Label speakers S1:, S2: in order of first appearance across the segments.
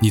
S1: 你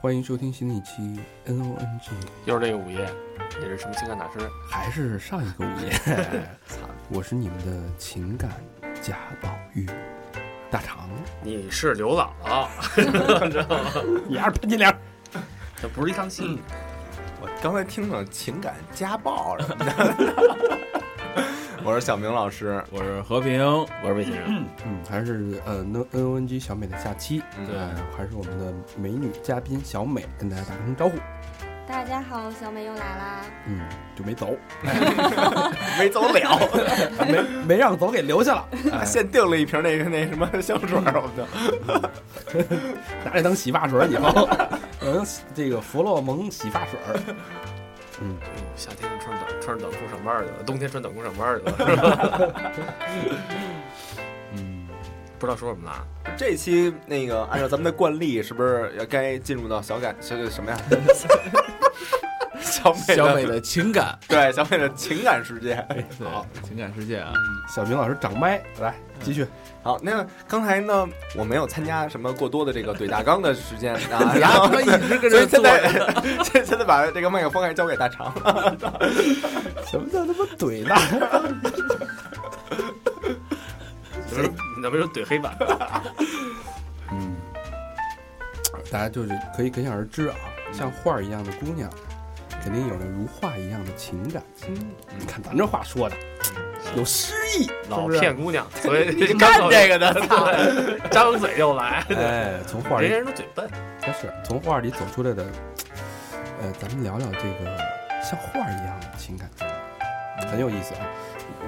S2: 欢迎收听新的一期 N O N G，
S3: 又是这个午夜，也是什么情感大师？
S2: 还是上一个午 夜。我是你们的情感贾宝玉，大肠，
S3: 你是刘姥 姥，知道吗？
S2: 你还是潘金莲，
S3: 这不是一档戏。
S4: 我刚才听到情感家暴 了。我是小明老师，
S5: 我是和平，
S3: 我是魏先生。
S2: 嗯，还是呃 N N O N G 小美的假期，
S4: 嗯
S2: 呃，还是我们的美女嘉宾小美跟大家打声招呼，
S6: 大家好，小美又来啦。
S2: 嗯，就没走，
S4: 没走了，
S2: 没没让走给留下了，
S4: 现订了一瓶那个那什么香水，我们就
S2: 拿来当洗发水以 后，嗯，这个佛洛蒙洗发水，
S3: 哎夏天穿短穿着短裤上班去了，冬天穿短裤上班去了，是吧？
S2: 嗯，
S3: 不知道说什么了啊。
S4: 这期那个按照咱们的惯例，是不是要该进入到小感小什么呀？ 小美的
S5: 小美的情感，
S4: 对小美的情感世界。
S5: 好，情感世界啊，
S2: 小明老师长麦来继 续，
S4: 好，那刚才呢，我没有参加什么过多的这个怼大纲的时间 啊，然后
S5: 他一直跟
S4: 所以
S5: 着
S4: 现
S5: 做，
S4: 在 现在把这个麦克风还交给大肠。
S2: 什么叫他妈怼呢？
S3: 你你怎么说怼黑板？
S2: 嗯，大家就是可以可想而知啊，
S3: 嗯
S2: 像画儿一样的姑娘，肯定有着如画一样的情感。
S3: 嗯
S2: 你看咱这话说的，有诗意，
S3: 老
S2: 是不是？
S3: 骗姑娘，所以
S4: 你干这个的，
S3: 对，张嘴就来。
S2: 哎，从画儿
S3: 这
S2: 里
S3: 些人都嘴笨，
S2: 开始，从画儿里走出来的，呃，咱们聊聊这个像画儿一样的情感，
S3: 嗯
S2: 很有意思啊。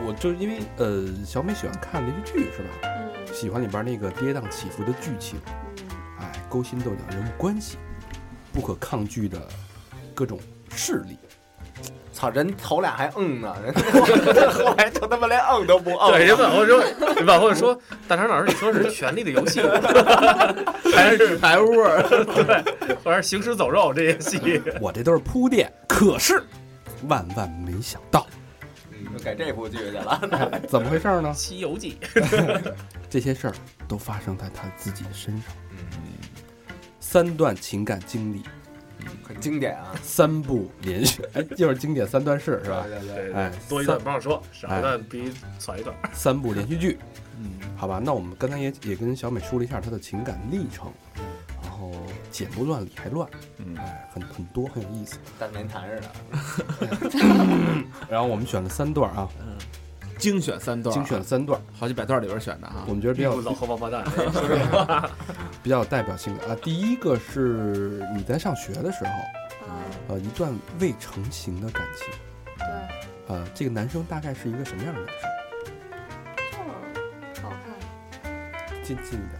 S2: 我就是因为呃，小美喜欢看连续剧是吧？
S6: 嗯
S2: 喜欢里边那个跌宕起伏的剧情。
S6: 嗯
S2: 哎，勾心斗角人物关系，不可抗拒的各种势力。
S4: 操，人头俩还嗯呢，人后来就他妈连嗯都不嗯了。
S3: 对，人往哦后说，人往后说，大长老师，你说是《权力的游戏》还是
S5: 排污，
S3: 对，还是行尸走肉这些戏？
S2: 我这都是铺垫，可是万万没想到，
S4: 嗯就改这部剧去了。
S2: 怎么回事呢？
S3: 《西游记》
S2: 这些事儿都发生在他自己的身上。三段情感经历，
S4: 很经典啊，
S2: 三部连续，哎，就是经典三段式是吧？
S4: 对对
S3: 对，
S2: 哎
S3: 对，多一段不让说，少一段必须攒一段。
S2: 三部连续剧，
S5: 嗯，
S2: 好吧？那我们刚才也也跟小美梳了一下她的情感历程，然后剪不乱理还乱，
S5: 嗯
S2: 哎，很很多很有意思。
S4: 单连弹似的。
S2: 然后我们选了三段啊，
S5: 精选三段，啊
S2: 精选了，三段，
S5: 好几百段里边选的啊
S2: 我，们觉得比较
S3: 老和王八 蛋，
S2: 比较有代表性的啊。第一个是你在上学的时候，
S6: 啊，
S2: 呃，一段未成型的感情，
S6: 对，
S2: 呃，这个男生大概是一个什么样的男生？
S6: 这好看，
S2: 近近一点，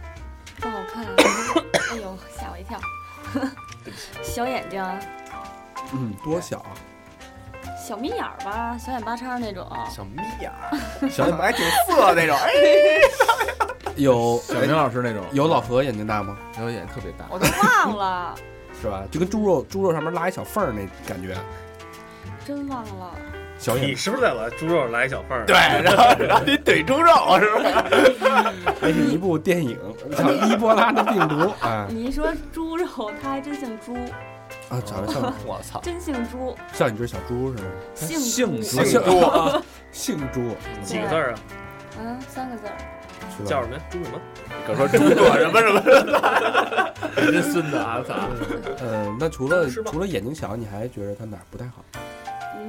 S6: 不好看、 啊。哎呦，吓我一跳。小眼睛，
S2: 嗯，多小啊？
S6: 小眯眼儿吧，小眼巴叉那 种。
S4: 小眯眼儿，小眼还挺色那种。哎，
S2: 有
S5: 小明老师那种
S2: 哎有老何眼睛大吗？
S5: 有眼特别大，
S6: 我都忘了，
S2: 是吧？就跟猪肉猪肉上面拉一小缝儿那感觉，
S6: 真忘了。
S2: 小
S3: 你
S2: 眼。
S3: 是不是在往猪肉来一小缝儿？
S4: 对，，然后然后你怼猪肉啊是吧？
S2: 那是一部电 影叫《伊波拉的病毒》啊
S6: 你一说猪肉，他还真姓猪，
S2: 啊，长得像
S4: 我操，
S6: 真姓猪，
S2: 像你这小猪似的，
S6: 姓
S5: 姓
S6: 猪
S5: 姓
S2: 姓
S5: 多啊，
S2: 姓猪
S3: 几个字儿啊？
S6: 嗯，三个字儿。
S2: 是吧？
S3: 叫什么呀？猪什么？
S4: 可说猪哥什么什么，
S5: 真孙子啊，操，
S2: 呃，那除了
S3: 是吧
S2: 除了眼睛小，你还觉得他哪儿不太好？
S6: 嗯，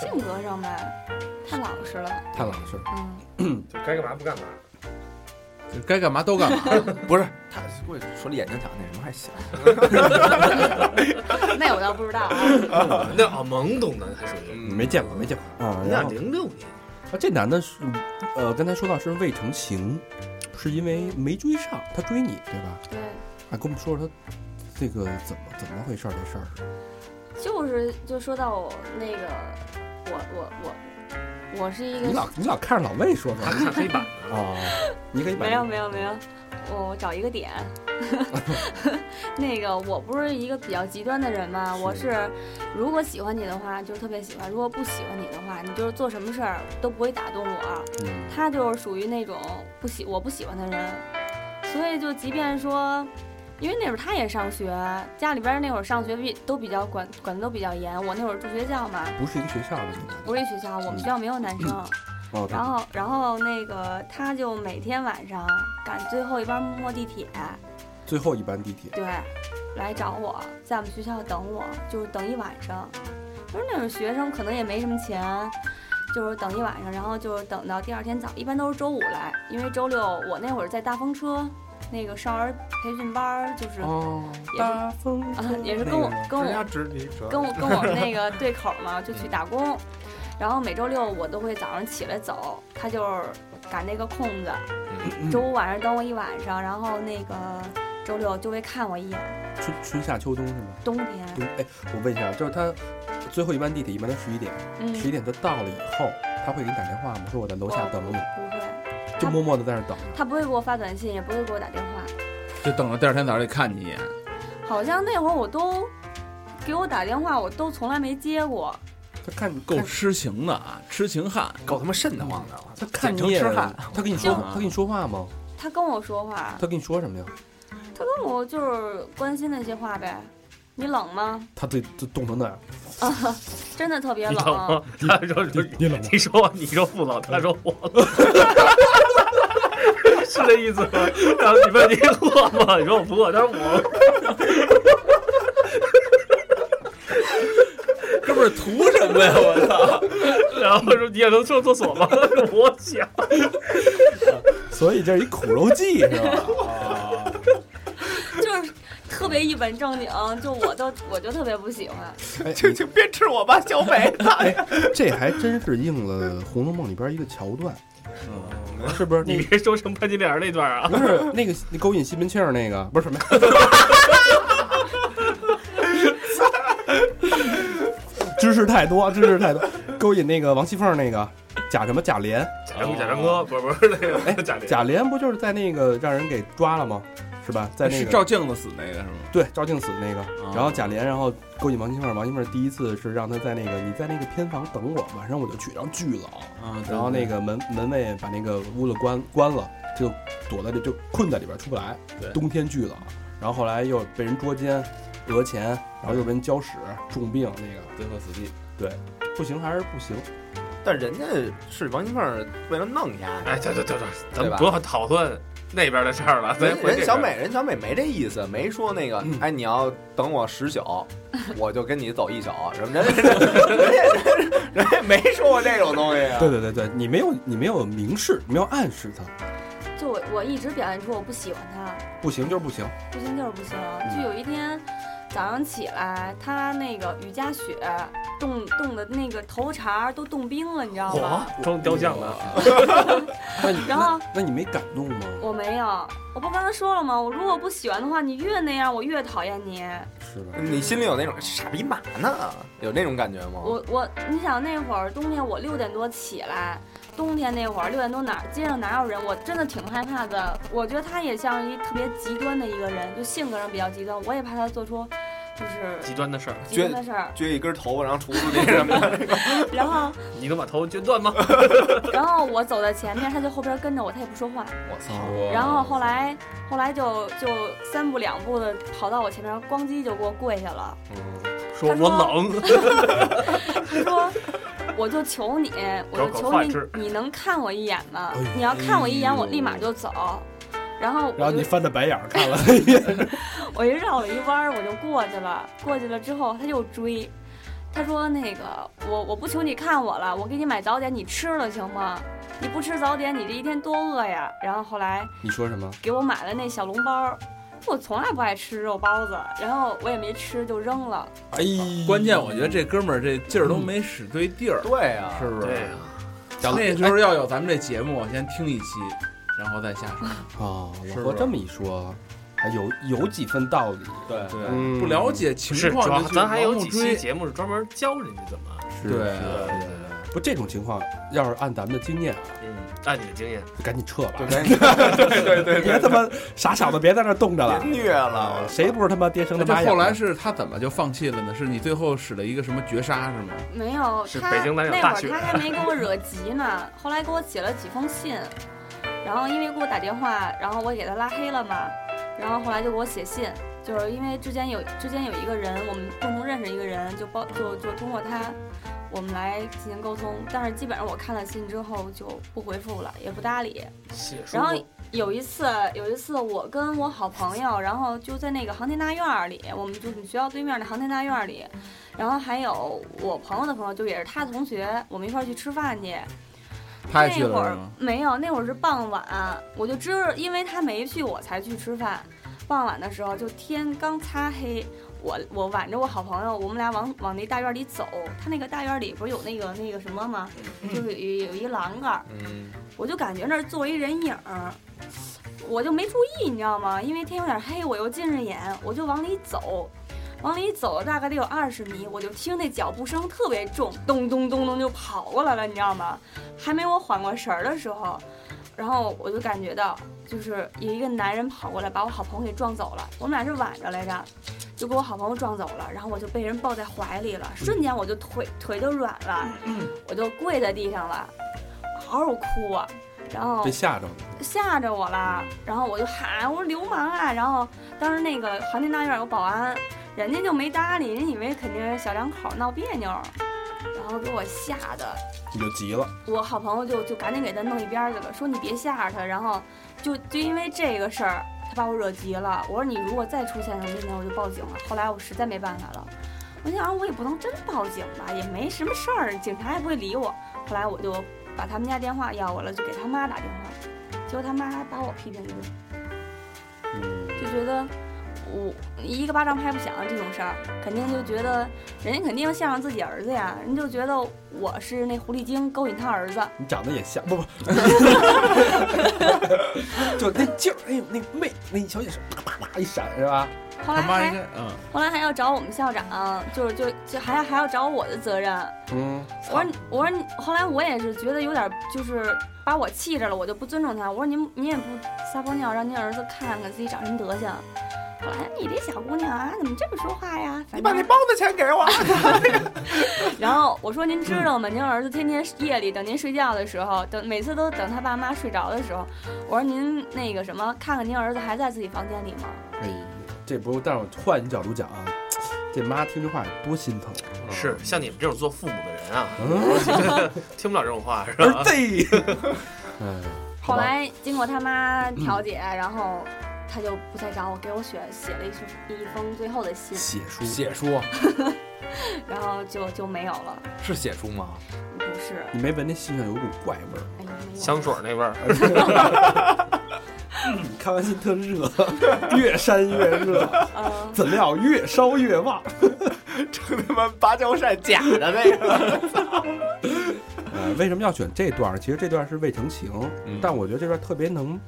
S6: 性格上吧，太老实了。
S2: 太老实了。
S6: 嗯，
S3: 就该干嘛不干嘛。
S5: 就该干嘛都干嘛，
S4: 不是他我说了眼睛小那什么还行，
S6: 那我倒不知道啊。
S3: 那啊，懵懂的还属于。
S2: 你没见过，没见过啊。
S3: 你
S2: 然
S3: 俩
S2: 后
S3: 嗯零六年，
S2: 啊，这男的是，呃，刚才说到是未成型，是因为没追上，他追你，对吧？
S6: 对。
S2: 啊，跟我们说说他这个怎么怎么回事儿？这事儿
S6: 就是就说到我那个，我我我我是一
S2: 你
S6: 个
S2: 老你老看着老魏说
S3: 他
S2: 说
S3: 看黑板，
S2: 啊，你可以把
S6: 没有没有没有，我找一个点。 那个我不是一个比较极端的人嘛，我是如果喜欢你的话，就是特别喜欢；如果不喜欢你的话，你就是做什么事儿都不会打动我。
S2: 嗯
S6: 他就是属于那种不喜我不喜欢的人，所以就即便说，因为那会儿他也上学，家里边儿那会儿上学比都比较管管的都比较严，我那会儿住学校嘛，
S2: 不是一个学校的你
S6: 不是一学校，我们
S2: 嗯
S6: 学校没有男生。
S2: 哦，
S6: 然后，然后那个他就每天晚上赶最后一班末地铁，
S2: 最后一班地铁
S6: 对，来找我，在我们学校等我，就是等一晚上。就是那种学生可能也没什么钱，就是等一晚上，然后就是等到第二天早，一般都是周五来，因为周六我那会儿在大风车那个少儿培训班儿，就是
S2: 哦，
S6: 也是
S2: 大风
S6: 啊
S2: 车
S6: 也是跟我
S2: 那个
S6: 跟我
S4: 指你折
S6: 跟我跟我们那个对口嘛，就去打工。然后每周六我都会早上起来走，他就是赶那个空子，周五晚上等我一晚上，然后那个周六就会看我一眼。
S2: 春春夏秋冬是吗？
S6: 冬天，
S2: 对，哎，我问一下，就是他最后一班地铁一般都十一点，十一
S6: 嗯，
S2: 点他到了以后，他会给你打电话吗？说我在楼下等你，
S6: 不会，
S2: 就默默的在那儿等。
S6: 他不会给我发短信，也不会给我打电话。
S5: 就等着第二天早上得看你一眼。
S6: 好像那会儿我都给我打电话，我都从来没接过。
S2: 他看你
S5: 够
S2: 看
S5: 痴情的
S2: 哦
S5: 啊，痴情汉。
S4: 够他妈瘆得慌的，
S2: 他看
S4: 简
S2: 你
S4: 直
S2: 也
S4: 痴汉，
S2: 他跟你说
S5: 就
S2: 他跟你说话吗？
S6: 他跟我说话
S2: 他，跟你说什么呀？
S6: 他跟我就是关心那些话呗。你冷吗？
S2: 他自己就冻成那样，
S6: 真的特别
S3: 你
S6: 冷。
S3: 懂吗？他说
S2: 你冷吗
S3: 哦你说你说不冷，他说我冷，是这意思吗？然后你问你饿吗？你说我不饿，他说我饿
S5: 哥们儿图什么呀？我操！
S3: 然后说你也能上厕所吗？我想，
S2: 所以这是一苦肉计是吧？
S6: 就是特别一本正经，就我都我就特别不喜欢。
S2: 哎，
S4: 请请别吃我吧，小北。
S3: 哎
S2: 这还真是应了《红楼梦》里边一个桥段，是不是？那
S3: 你
S2: 个
S3: 别说成潘金莲那段啊，
S2: 不是那个那勾引西门庆儿那个，不是什么呀？知识太多，知识太多。勾引那个王熙凤儿那个贾什么贾琏，
S3: 贾樟贾樟柯不是不是那个贾玲，
S2: 贾琏不就是在那个让人给抓了吗？是吧？在那
S5: 是
S2: 个
S5: 照镜子死那个是吗？
S2: 对照镜死那个，然后贾琏然后勾引王熙凤儿，王熙凤儿第一次是让他在那个你在那个偏房等我，晚上我就去，然后巨冷，
S5: 啊，
S2: 然后那个门门卫把那个屋子关关了，就躲在里就困在里边出不来
S5: 对，
S2: 冬天巨冷。然后后来又被人捉奸、讹钱，然后又被人搅屎、重病那
S5: 最后死地。
S2: 个，不行还是不行。
S4: 但人家是王金凤为了弄他，
S3: 哎，对对对对，咱
S4: 对
S3: 们
S4: 吧
S3: 不要讨论那边的事儿了，咱
S4: 人
S3: 回这
S4: 人小
S3: 边
S4: 美人小美没这意思，没说那个
S2: 嗯，
S4: 哎，你要等我十宿，我就跟你走一宿，什么人人家人家没说过这种东西啊。
S2: 对对对对，你没有你没有明示，没有暗示他，
S6: 就我我一直表现出我不喜欢他，
S2: 不行就是不行。
S6: 不行就是不行。就有一天早上起来，他那个雨夹雪冻冻的那个头茬儿都冻冰了，你知道吗？
S3: 嚯，装雕像呢，
S2: 那你
S6: 然后
S2: 那那你没感动吗？
S6: 我没有，我不跟他说了吗？我如果不喜欢的话，你越那样，我越讨厌你。
S2: 是吧？
S4: 你心里有那种傻逼嘛呢？有那种感觉吗？
S6: 我我，你想那会儿冬天，我六点多起来，冬天那会儿六点多哪儿街上哪有人，我真的挺害怕的。我觉得他也像一特别极端的一个人，就性格上比较极端，我也怕他做出就是
S3: 极端的事儿，
S6: 极端的事儿。
S4: 撅一根头发，然后杵出那什么的，
S6: 然后
S3: 你能把头撅断吗？
S6: 然后我走在前面，他就后边跟着我，他也不说话。
S4: 我操！
S6: 然后后来后来就就三步两步的跑到我前面，咣叽就给我跪下了。
S3: 说我 冷，
S6: 他说，我就求你，我就
S3: 找口
S6: 求
S3: 饭吃
S6: 你，你能看我一眼吗
S2: 哎呦？
S6: 你要看我一眼，我立马就走。然后
S2: 然
S6: 我
S2: 后你
S6: 就
S2: 翻着白眼儿看了，
S6: 我就绕了一弯儿，我就过去了。过去了之后，他又追，他说那个我我不求你看我了，我给你买早点，你吃了行吗？你不吃早点，你这一天多饿呀！然后后来
S2: 你说什么？
S6: 给我买了那小笼包儿，我从来不爱吃肉包子，然后我也没吃就扔了。
S2: 哎，
S5: 关键我觉得这哥们儿这劲儿都没使对地
S2: 嗯
S5: 儿，
S4: 对啊，
S5: 是不是？
S3: 对，
S5: 那时候要有咱们这节目，我先听一期，然后再下手。
S2: 啊，
S5: 是
S2: 老
S5: 不
S2: 何
S5: 是
S2: 这么一说，还有有几分道理。
S4: 对对
S2: 嗯
S5: 不了解
S3: 不
S5: 情
S3: 是，主
S5: 况
S3: 要
S5: 就去
S3: 咱还有
S5: 盲目
S3: 几
S5: 追
S3: 期节目是专门教人家怎么，
S2: 对
S3: 对对
S2: 不这种情况，要是按咱们的经验，啊，
S3: 嗯，按你的经验，
S2: 就赶紧撤吧。
S4: 对对对对
S2: 别他妈傻小子，别在那儿冻着了嗯
S4: 别。虐了，我
S2: 谁不是他妈爹生
S5: 那
S2: 的
S5: 这
S2: 妈呀？
S5: 后来是他怎么就放弃了呢？是你最后使了一个什么绝杀是吗？
S6: 没有，
S3: 是
S6: 他
S3: 北京南
S6: 那
S3: 有
S6: 会
S3: 大
S6: 儿
S3: 雪
S6: 他还没跟我惹急呢，后来给我写了几封信，然后因为给我打电话，然后我给他拉黑了嘛，然后后来就给我写信，就是因为之前有之前有一个人，我们共同认识一个人，就包就就通过他，我们来进行沟通，但是基本上我看了信之后就不回复了，也不搭理，
S3: 写书
S6: 然后有一次，有一次我跟我好朋友，然后就在那个航天大院儿里，我们就我们学校对面的航天大院儿里，然后还有我朋友的朋友，就也是他的同学，我们一块儿去吃饭去。
S5: 他也去
S6: 那会
S5: 了
S6: 儿
S5: 是吗？
S6: 没有，那会儿是傍晚，我就知道，因为他没去，我才去吃饭。傍晚的时候，就天刚擦黑，我我挽着我好朋友，我们俩往往那大院里走。他那个大院里不是有那个那个什么吗？就是有有一栏杆儿，
S4: 嗯，
S6: 我就感觉那儿坐一人影儿，我就没注意，你知道吗？因为天有点黑，我又近视眼，我就往里走，往里走了大概得有二十米，我就听那脚步声特别重，咚咚咚咚就跑过来了，你知道吗？还没我缓过神儿的时候，然后我就感觉到就是有一个男人跑过来把我好朋友给撞走了，我们俩是挽着来着。就给我好朋友撞走了，然后我就被人抱在怀里了，瞬间我就腿腿就软了，我就跪在地上了，嗷嗷哭啊，然后
S2: 被吓着了，
S6: 吓着我了，然后我就喊我说流氓啊！然后当时那个航天大院有保安，人家就没搭理，人以为肯定是小两口闹别扭，然后给我吓得，
S2: 你就急了。
S6: 我好朋友就就赶紧给他弄一边儿去了，说你别吓着他，然后就就因为这个事儿，他把我惹急了。我说你如果再出现什么情况，我就报警了。后来我实在没办法了，我想啊我也不能真报警吧，也没什么事儿，警察也不会理我。后来我就把他们家电话要过来，就给他妈打电话，结果他妈把我批评一顿，就觉得。我一个巴掌拍不响这种事儿，肯定就觉得人家肯定向着自己儿子呀，人就觉得我是那狐狸精勾引他儿子，
S2: 你长得也像，不不，就那劲儿，哎呦，那媚，那小眼神，啪啪啪一闪是吧？
S6: 后来
S5: 他妈应
S6: 还
S5: 该嗯，
S6: 后来还要找我们校长，就是就就还要还要找我的责任。
S2: 嗯，
S6: 我说你我说你，后来我也是觉得有点就是把我气着了，我就不尊重他。我说您您也不撒泡尿让您儿子看看自己长什么德行。后来你这小姑娘啊，怎么这么说话呀？反正
S4: 包的钱给我，
S6: 然后我说您知道吗？您儿子天天夜里等您睡觉的时候，等每次都等他爸妈睡着的时候，我说您那个什么，看看您儿子还在自己房间里吗？
S2: 哎，这不，但是我换一角度讲啊，这妈听这话得多心疼。
S3: 是像你们这种做父母的人啊，
S2: 嗯，
S3: 听不了这种话是
S2: 儿
S3: 吧？
S2: 子，嗯，好
S6: 后
S2: 吧
S6: 来经过他妈调解，然后他就不再找我，给我写写了一封一封最后的信，
S2: 写书，
S4: 写书
S6: 然后就就没有了。
S4: 是写书吗？
S6: 不是，
S2: 你没闻那信上有股怪味儿？
S6: 哎呀，没有
S3: 香水那味儿，
S2: 你看完信特热， 越扇越热，
S6: 嗯，
S2: 怎料越烧越旺。
S4: 这 他妈芭蕉扇假的那个，
S2: 呃，为什么要选这段儿？其实这段是未成型，
S4: 嗯
S2: 但我觉得这段特别能，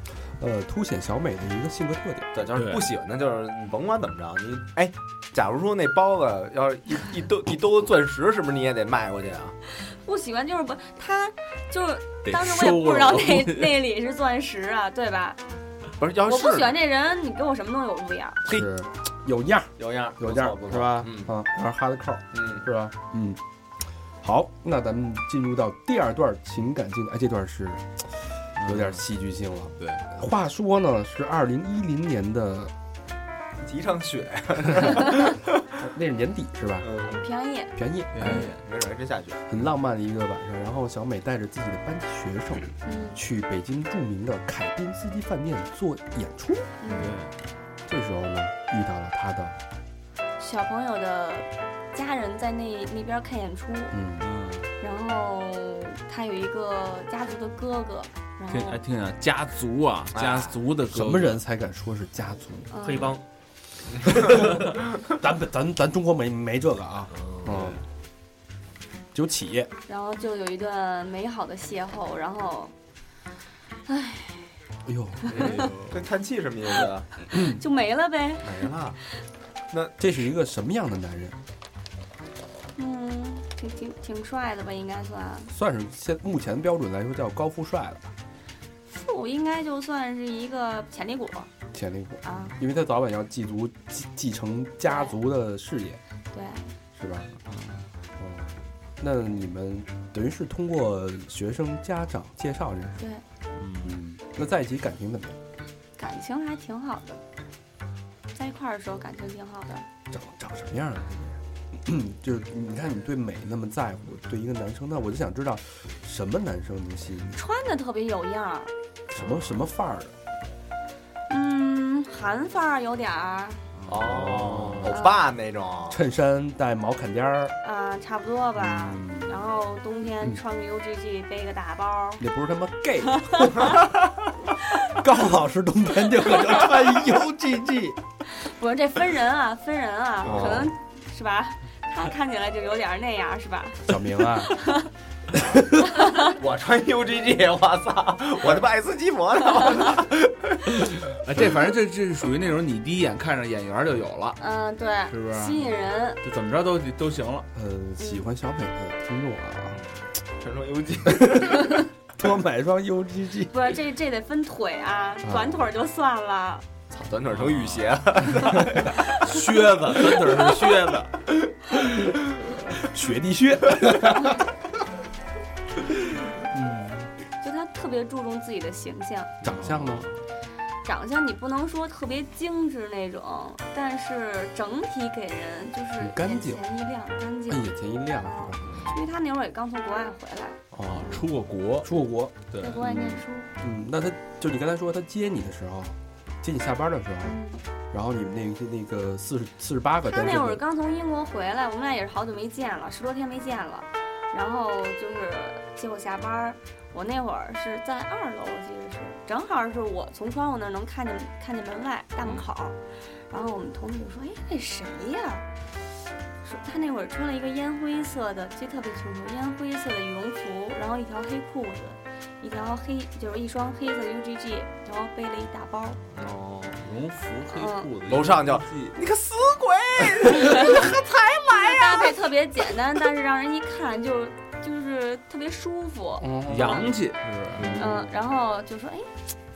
S2: 呃，凸显小美的一个性格特点。
S4: 对，就是不喜欢的，就是你甭管怎么着，你哎，假如说那包子要是一一兜一兜子钻石，是不是你也得卖过去啊？
S6: 不喜欢就是不，他就是
S5: 得
S6: 当时我
S5: 收
S6: 也不知道那
S5: 了
S6: 那里是钻石啊，对吧？
S4: 不是，要
S6: 我
S4: 哦是
S6: 不喜欢这人，你给我什么东西我不要。
S4: 嘿
S2: 是有样儿，
S4: 有样儿
S2: 有样
S4: 不
S2: 儿
S4: 错
S2: 是吧？
S4: 嗯
S2: 啊，然后哈的扣儿
S4: 嗯，
S2: 是吧？嗯，好，那咱们进入到第二段情感经历，哎，这段是有点戏剧性了。
S5: 对，
S2: 话说呢，是二零一零年的，
S4: 提上雪，
S2: 那是年底是吧？
S4: 嗯，
S6: 平安夜，
S2: 便宜，
S5: 对
S2: 哎
S4: 没准还真下雪。
S2: 很浪漫的一个晚上。然后小美带着自己的班级学生
S6: 嗯
S2: 去北京著名的凯宾斯基饭店做演出。
S6: 嗯，
S2: 这时候呢，遇到了她的，
S6: 小朋友的家人在那那边看演出，
S2: 嗯，
S5: 嗯，
S6: 然后他有一个家族的哥哥，然
S5: 听哎
S6: 后
S5: 听讲家族啊，
S4: 哎
S5: 家族的歌
S2: 什么人才敢说是家族？
S6: 嗯
S3: 黑帮，
S2: 咱咱咱中国没没这个啊，嗯，只有企业。
S6: 然后就有一段美好的邂逅，然后，唉，
S2: 哎呦，
S4: 这叹气什么意思啊？
S6: 就没了呗。
S4: 没了，
S2: 这是一个什么样的男人？
S6: 嗯，挺挺挺帅的吧，应该算。
S2: 算是现目前标准来说叫高富帅了吧？
S6: 富应该就算是一个潜力股
S2: 潜力股，
S6: 啊，
S2: 因为他早晚要继足继继承家族的事业，
S6: 对，
S2: 是吧？哦，那你们等于是通过学生家长介绍认识？
S6: 对。
S2: 嗯，那在一起感情怎么样？
S6: 感情还挺好的，在一块儿的时候感情挺好的。
S2: 长长什么样啊？ 你就是你看你对美那么在乎，对一个男生，那我就想知道什么男生能吸引你，
S6: 穿的特别有样儿，
S2: 什么什么范儿的？啊
S6: 嗯，韩范儿有点儿，
S4: 哦，欧巴那种，
S2: 衬衫带毛坎肩儿，
S6: 啊、差不多吧。
S2: 嗯
S6: 然后冬天穿个 UGG，背个大包，
S2: 那不是他妈 gay。高老师冬天就可能穿 UGG，
S6: 不是这分人啊，分人啊，
S4: 哦
S6: 可能是吧？他看起来就有点儿那样儿，是吧？
S2: 小明啊，
S4: 我穿 UGG，我操，我他妈爱斯基摩的，
S5: 啊，这反正这这是属于那种你第一眼看上眼缘就有了，
S6: 嗯，对，
S5: 是不是
S6: 吸引人，
S5: 就怎么着都都行了。
S2: 呃，喜欢小美的听众啊，
S4: 穿双 UGG。
S2: 多买双 UGG。
S6: 不是这这得分腿啊，
S2: 哦
S6: 短腿儿就算了。
S4: 操，短腿成雨鞋了，
S5: 靴子，短腿是靴 子，
S2: 雪地靴，
S6: 就他特别注重自己的形象，
S2: 长相呢？
S6: 长相你不能说特别精致那种，但是整体给人就是
S2: 很干净
S6: 眼前一亮，干净。
S2: 哎眼前一亮是吧？
S6: 因为他那会儿也刚从国外回来，
S2: 哦，
S5: 啊出过国，
S2: 出过国，
S5: 对
S6: 在，国外念书，
S2: 嗯，那他就你刚才说他接你的时候，接你下班的时候，
S6: 嗯，
S2: 然后你们那个那个四十四十八个
S6: 他
S2: 单
S6: 那
S2: 身
S6: 会儿
S2: 的，
S6: 刚从英国回来，我们俩也是好久没见了，十多天没见了。然后就是接我下班儿，我那会儿是在二楼，我记得是，正好是我从窗户那儿能看见看见门外大门口儿。然后我们同事就说：“哎，那谁呀？”说他那会儿穿了一个烟灰色的，记得特别清楚，烟灰色的羽绒服，然后一条黑裤子，一条黑就是一双黑色的 UGG，然后背了一大包。
S5: 哦，羽绒服黑
S6: 嗯
S5: 裤子，
S4: 楼上就你个死鬼！
S6: 搭配特别简单，但是让人一看就就是特别舒服。
S2: 哦
S5: 洋气，是不是？
S6: 嗯，然后就说，哎，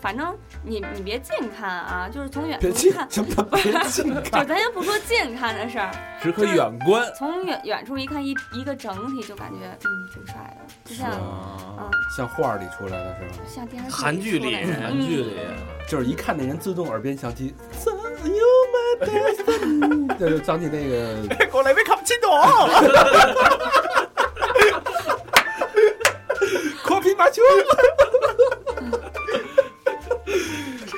S6: 反正你你别近看啊，就是从远
S2: 别
S6: 处
S2: 近
S6: 看，就
S2: 什么别 近
S6: 是
S2: 看，
S6: 咱先不说近看的事儿，
S5: 只可远观。
S6: 从远远处一看一一个整体就感觉，嗯，挺帅的，就像
S5: 啊
S6: 嗯
S2: 像画儿里出来的是吧？
S6: 像电视剧
S3: 韩剧里
S6: 出来的
S5: 韩剧里，
S2: 就是一看那人自动耳边响起 “You my destiny”，就是 想起那个
S4: 过来没看不清 懂，
S2: 阔皮麻 球。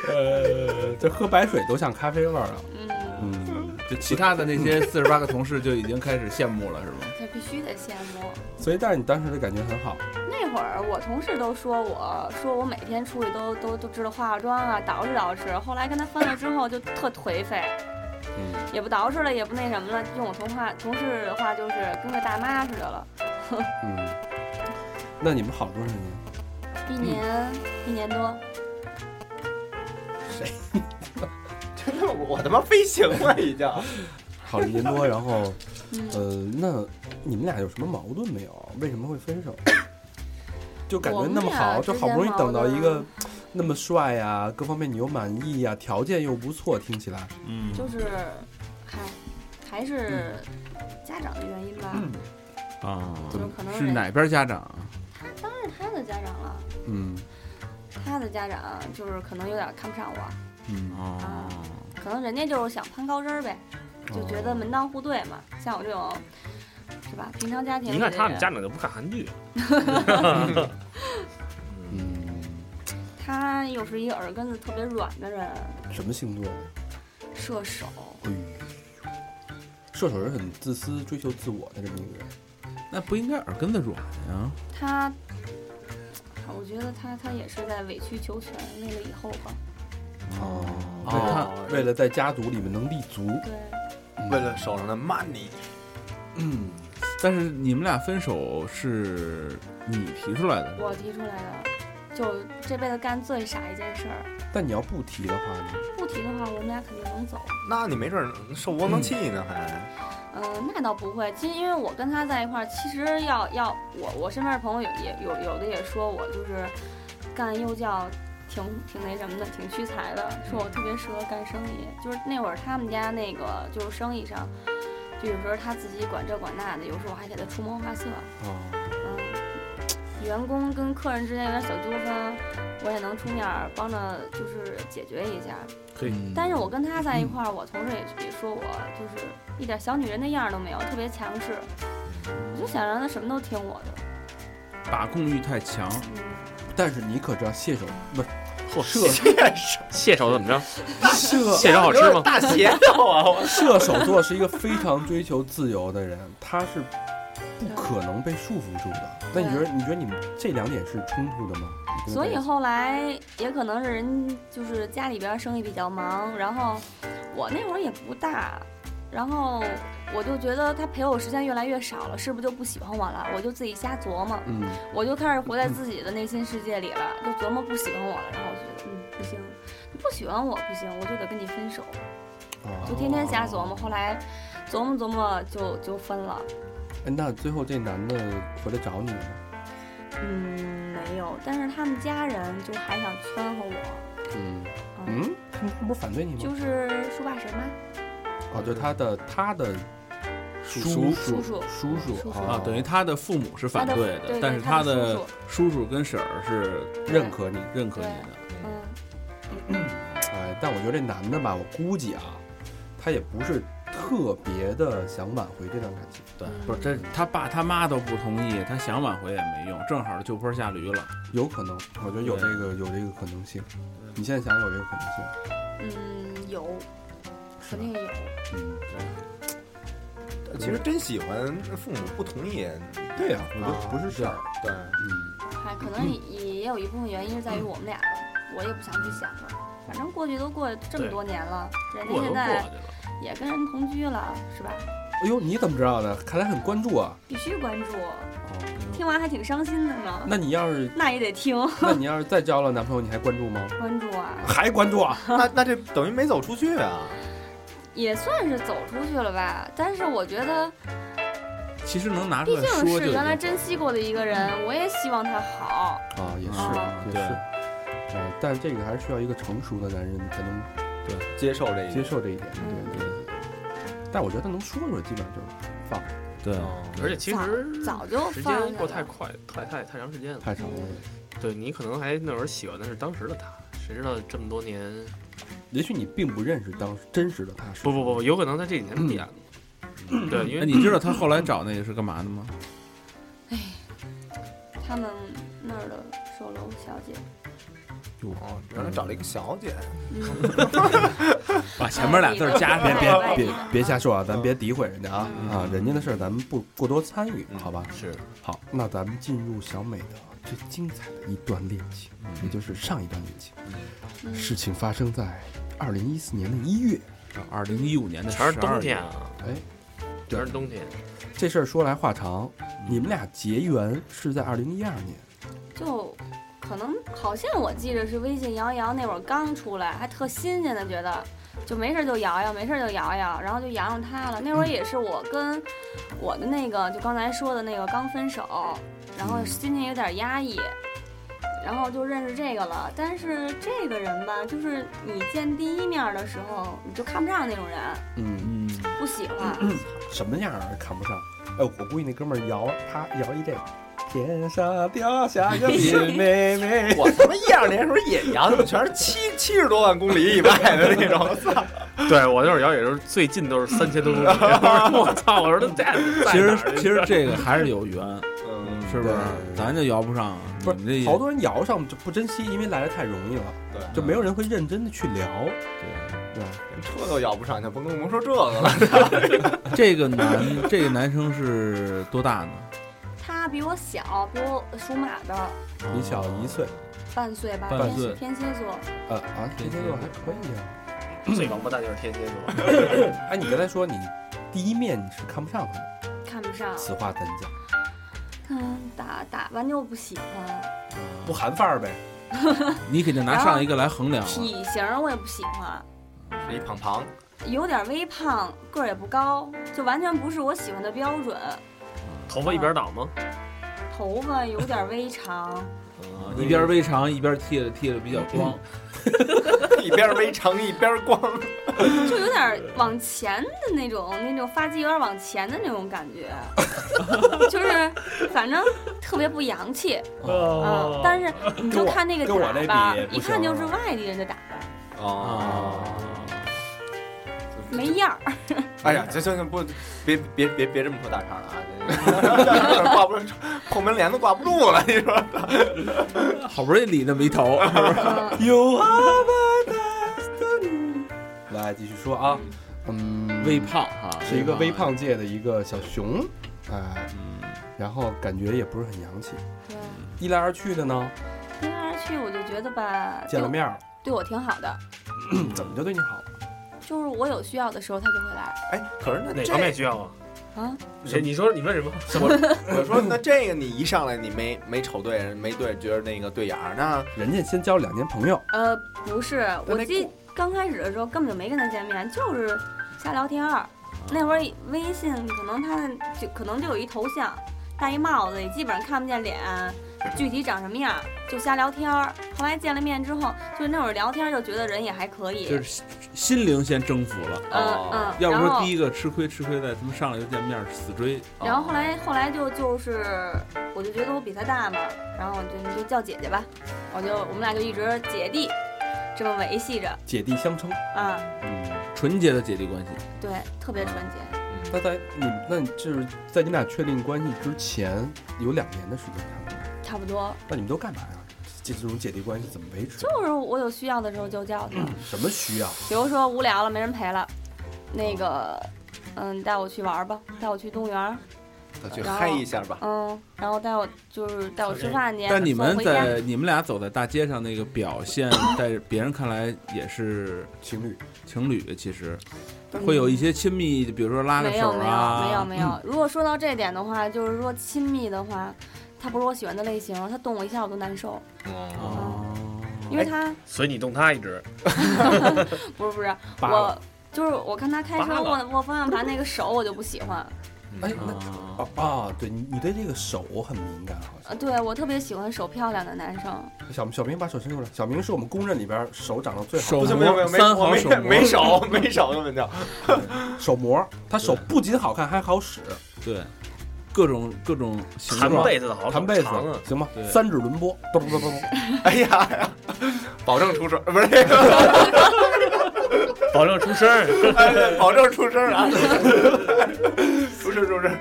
S2: 呃，这喝白水都像咖啡味儿啊！
S6: 嗯，
S2: 嗯，
S5: 就其他的那些四十八个同事就已经开始羡慕了，是吗？
S6: 这必须得羡慕。
S2: 所以但是你当时的感觉很好，
S6: 那会儿我同事都说我说我每天出去都都都知道化化妆啊，捯饬捯饬。后来跟他分了之后就特颓废，
S2: 嗯，
S6: 也不捯饬了，也不那什么了。用我同话同事的话就是跟个大妈似的了。
S2: 嗯，那你们好多少年？
S6: 一年、一年多，
S4: 真的我他妈飞行了已经。
S2: 好了一年多，然后，
S6: 嗯，
S2: 呃，那你们俩有什么矛盾没有？为什么会分手？就感觉那么
S6: 我们俩
S2: 好，
S6: 之
S2: 就
S6: 间
S2: 好不容易等到一
S6: 矛盾
S2: 个
S6: 啊
S2: 那么帅呀、各方面你又满意呀、条件又不错，听起来，
S5: 嗯
S6: 就是还还是家长的原因吧。
S5: 啊
S6: 怎么可能
S5: 是哪边家长啊？
S6: 他当然是他的家长了，
S2: 嗯
S6: 他的家长就是可能有点看不上我，
S2: 嗯，
S6: 啊
S5: 哦，
S6: 可能人家就是想攀高枝儿呗，就觉得门当户对嘛。像我这种。是吧？平常家庭
S3: 一看
S6: 里的
S3: 他们
S6: 人
S3: 家长就不看韩剧，
S2: 嗯，
S6: 他又是一个耳根子特别软的人，
S2: 什么星座的？
S6: 射手。
S2: 哎呦，射手是很自私、追求自我的这么一个人。
S5: 那不应该耳根子软呀？
S6: 他，我觉得他他也是在委曲求全，为了以后吧。
S2: 哦
S5: 对他
S2: 为了在家族里面能立足，
S6: 对，
S4: 为了手上的 money，
S2: 嗯，
S5: 但是你们俩分手是你提出来的，
S6: 我提出来的。就这辈子干最傻一件事儿。
S2: 但你要不提的话呢？
S6: 不提的话，我们俩肯定能走。
S4: 那你没准儿受窝囊气呢，还
S6: 嗯、那倒不会。其实因为我跟他在一块儿，其实要要我我身边的朋友也也有有的也说我就是干幼教挺挺那什么的，挺屈才的，说我特别适合干生意。就是那会儿他们家那个就是生意上，就有时候他自己管这管那的，有时候我还给他出谋划策。
S4: 哦
S2: 啊，
S6: 嗯，员工跟客人之间有点小纠纷，我也能出面儿帮着就是解决一下。
S3: 对
S2: 嗯
S6: 但是我跟他在一块儿，我同事也也说我就是一点小女人的样儿都没有，特别强势。我就想让他什么都听我的。
S5: 把控欲太强，
S6: 嗯，
S2: 但是你可知道蟹手不是
S3: 嚯，
S2: 射
S3: 蟹手怎么着？
S2: 射
S3: 蟹手好吃
S4: 有点
S3: 吗？
S4: 大邪道啊！ 我
S2: 射手座是一个非常追求自由的人，他是不
S6: 对
S2: 可能被束缚住的。那你觉得你觉得你们这两点是冲突的吗？你觉得
S6: 啊嗯所以啊后来也可能是人就是家里边儿生意比较忙，然后我那会儿也不大，然后我就觉得他陪我时间越来越少了，是不是就不喜欢我了？我就自己瞎琢磨。
S2: 嗯，
S6: 我就开始活在自己的内心世界里了，就琢磨不喜欢我了，然后我就觉得嗯不行，你不喜欢我不行，我就得跟你分手，
S2: 啊
S6: 就天天瞎琢磨。后来琢磨琢磨就就分了，
S2: 哎那最后这男的回来找你了吗？
S6: 嗯没有，但是他们家人就还想撺和我，
S2: 嗯嗯，他们不是反对你吗？
S6: 就是叔爸婶妈
S2: 哦，就他的他的叔
S5: 叔
S6: 叔叔
S2: 叔哦叔
S6: 叔叔
S5: 啊，等于他的父母是
S6: 哦他
S5: 反
S6: 的
S5: 对
S6: 对对
S5: 的，但是
S6: 他
S5: 他
S6: 的
S5: 的
S6: 叔
S5: 叔叔跟婶儿是
S2: 认可你。
S5: 认可你的。
S6: 嗯
S2: 哎，但我觉得这男的吧，我估计啊，他也不是特别的想挽回这段感情。
S5: 对，
S6: 嗯
S5: 不是这他爸他妈都不同意，他想挽回也没用，正好就坡下驴了。
S2: 有可能，我觉得有
S5: 对
S2: 这个有这个可能性。你现在想有这个可能性，
S6: 嗯有，肯定有，
S2: 嗯，
S4: 其实真喜欢，父母不同意，
S2: 对呀、我觉得啊不是事儿。
S4: 对，
S2: 嗯，
S6: 还哎可能也也有一部分原因是在于我们俩吧，我也不想去想了，反正过去都过这么
S3: 对
S6: 多年了，人家
S3: 过都过
S6: 现
S3: 去
S6: 在
S3: 了。
S6: 也跟人同居了，是吧？
S2: 哎呦，你怎么知道的？看来很关注啊。
S6: 必须关注，
S2: 哦，
S6: 听完还挺伤心的呢。
S2: 那你要是
S6: 那也得听，
S2: 那你要是再交了男朋友，你还关注吗？
S6: 关注啊，
S2: 还关注啊？
S4: 那那这等于没走出去啊。
S6: 也算是走出去了吧。但是我觉得，
S5: 其实能拿出
S6: 毕
S5: 来
S6: 竟
S5: 说
S6: 是
S5: 就
S6: 原来
S5: 已经
S6: 珍惜过的一个人，我也希望他好。
S2: 啊，也是，
S6: 啊
S2: 也
S5: 对
S2: 是。呃，但这个还是需要一个成熟的男人才能
S4: 接受这一
S2: 接
S4: 点
S2: 受这一点。对对对。但我觉得他能说出来，基本上就是
S5: 对
S6: 哦
S4: 哦
S3: 而且其实
S6: 早就
S3: 时
S6: 放下
S3: 间过太
S6: 了
S3: 快，太太太长时间了。
S2: 太少了。
S3: 对你可能还那会儿喜欢的是当时的他，谁知道这么多年？
S2: 也许你并不认识当时真实的他是
S3: 不不不，有可能他这几年变了。 对，因
S5: 哎，
S3: 为
S5: 你知道他后来找那个是干嘛的 吗？
S6: 他们那儿的售楼小姐，
S4: 哦，让人找了一个小姐，
S6: 嗯，
S5: 把前面俩字儿加
S2: 别
S5: 上。
S2: 别
S6: 别
S2: 别
S6: 别
S2: 别瞎说啊，咱别诋毁人家啊
S4: 嗯
S2: 啊！人家的事儿咱们不过多参与，好吧？
S4: 是
S2: 好，那咱们进入小美的最精彩的一段恋情，也就是上一段恋情。
S6: 嗯
S2: 事情发生在二零一四年的一月，
S5: 二零一五年的
S3: 全是
S5: 12
S3: 冬天
S5: 月，
S3: 啊，
S2: 哎，
S3: 全是冬天。
S2: 这事儿说来话长，你们俩结缘是在二零一二年，
S6: 就可能好像我记着是微信摇一摇那会儿刚出来，还特新鲜的，觉得就没事儿就摇摇，没事儿就摇摇，然后就摇上他了。那会儿也是我跟我的那个就刚才说的那个刚分手，然后心情有点压抑。然后就认识这个了，但是这个人吧，就是你见第一面的时候，你就看不上那种人，
S2: 嗯，
S5: 嗯，
S6: 不喜欢。
S2: 什么样儿看不上？哎，我估计那哥们儿摇，他摇一这个，天上掉下 个林妹妹，
S4: 我他妈一二年时候也阳，怎么 全是七七十多万公里以外的那种？ 操，
S3: 对我那会儿摇也是最近都是三千多公里， 我操！我说都这样，
S5: 其实其实这个还是有缘，
S4: 嗯，
S5: 是不是
S2: 对？
S5: 咱就摇不上，
S2: 不
S5: 你们这
S2: 是好多人摇上就不珍惜，因为来的太容易了，
S4: 对，
S2: 就没有人会认真的去聊，
S5: 对
S2: 对吧？
S4: 车都摇不上，就甭跟我们说这个 了。
S5: 这个男这个男生是多大呢？
S6: 他比我小，比我属马的，
S2: 你小
S5: 哦
S2: 一岁，
S6: 半岁吧，
S5: 半
S6: 天
S5: 岁
S6: 蝎天蝎座。
S2: 呃啊，天蝎座还可以啊。
S3: 最王八蛋就是天蝎座，
S2: 哎，你刚才说你第一面你是看不上他的，
S6: 看不上，
S2: 此话怎讲？
S6: 嗯，打打扮就不喜欢，
S3: 不韩范 儿呗。
S5: 你肯定拿上一个来衡量了。
S6: 体型儿我也不喜欢，
S4: 是一胖胖，
S6: 有点微胖，个儿也不高，就完全不是我喜欢的标准。
S3: 头发一边倒吗？
S6: 头发有点微 长，
S5: 啊一边微长一边剃了剃了比较光，
S6: 嗯
S4: 一边微长一边光，
S6: 就有点往前的那种，那种发际有点往前的那种感觉，就是反正特别不洋气。嗯，但是你就看那个
S2: 哦跟我
S6: 打扮
S2: 跟我这，比
S6: 一看就是外地人的打扮，
S4: 哦。
S6: 没样儿。
S4: 哎呀，行行行，不，别别别别这么说大肠了啊！这挂不住，后门帘子挂不住了，你说？
S5: 好不容易理那么一头，
S6: 嗯，
S2: You are my destiny。来继续说啊，嗯，
S5: 微胖啊哈，
S2: 是一个微胖界的一个小熊，哎，然后感觉也不是很洋气。
S6: 对，
S2: 一来二去的呢，
S6: 因为而去我就觉得吧，
S2: 见了面 儿，
S6: 对我对我挺好的，
S2: 怎么就对你好了？
S6: 就是我有需要的时候他就会来。
S4: 哎，可是那
S3: 哪
S4: 这
S3: 方面需要啊？
S6: 啊，
S3: 谁？你说你问什么？
S4: 我说那这个你一上来你没没瞅对，没对，觉得那个对眼儿，那
S2: 人家先交两年朋友，
S6: 呃，不是，
S4: 那
S6: 我
S4: 那
S6: 记刚开始的时候根本就没跟他见面，就是瞎聊天
S5: 啊
S6: 儿。那会儿微信可能他就可能就有一头像，戴一帽子，也基本上看不见脸，具体长什么样就瞎聊天儿。后来见了面之后，就是那会儿聊天就觉得人也还可以，
S5: 就是心心灵先征服了。
S6: 嗯嗯，
S5: 要
S6: 然
S5: 不
S6: 后
S5: 说第一个吃亏吃亏在他们上来就见面死追，
S6: 然后后来后来就就是，我就觉得我比他大嘛，然后我就你就叫姐姐吧，我就我们俩就一直姐弟这么维系着
S2: 姐弟相称。
S6: 啊，
S5: 纯洁的姐弟关系。
S6: 对，特别纯洁。
S2: 那在你那你就是在你们俩确定关系之前有两年的时间，差不多。
S6: 差不多，
S2: 那你们都干嘛呀？这这种姐弟关系怎么维持？啊
S6: 就是我有需要的时候就叫他，
S2: 什么需要？啊
S6: 比如说无聊了没人陪了，那个，嗯，带我去玩儿吧，带我去动物园儿，
S4: 那去嗨一下吧。
S6: 嗯，然后带我就是带我吃饭去，
S5: 但你
S6: 送
S5: 们
S6: 我回家
S5: 在你们俩走在大街上那个 表现，在别人看来也是
S2: 情侣
S5: 情侣，其实会有一些亲密，比如说拉个
S6: 没有
S5: 手
S6: 没有
S5: 啊，
S6: 没有没有。如果说到这点的话，就是说亲密的话，他不是我喜欢的类型，他动我一下我都难受，嗯
S4: 哦，
S5: 哦
S6: 因为他
S3: 随你动他一直。
S6: 不是不是
S5: 扒
S6: 我
S5: 了。
S6: 就是我看他开
S3: 扒
S6: 车
S3: 了
S6: 握握方向盘那个手，我就不喜欢。
S2: 哎，那
S5: 啊
S2: 啊啊，对你你对这个手很敏感，好像。
S6: 呃，对我特别喜欢手漂亮的男生。
S2: 小小明把手伸出来，小明是我们公认里边手长得最好
S5: 手
S4: 不行不行不
S5: 模
S4: 行，没
S5: 三
S4: 我
S5: 好
S4: 没
S5: 手模
S4: 没手没手根本就。
S2: 的手模，他手不仅好看还好使，
S5: 对，各种各种形
S3: 弹
S5: 状，
S3: 被子的好，
S2: 弹被子
S3: 长啊！
S2: 行吧
S5: 对，
S2: 三指轮播，咚咚咚咚 咚，
S4: 哎呀哎呀，保证出声儿，不是这个，
S3: 保证出声儿。
S4: 哎保证出声儿啊！出声儿出声儿，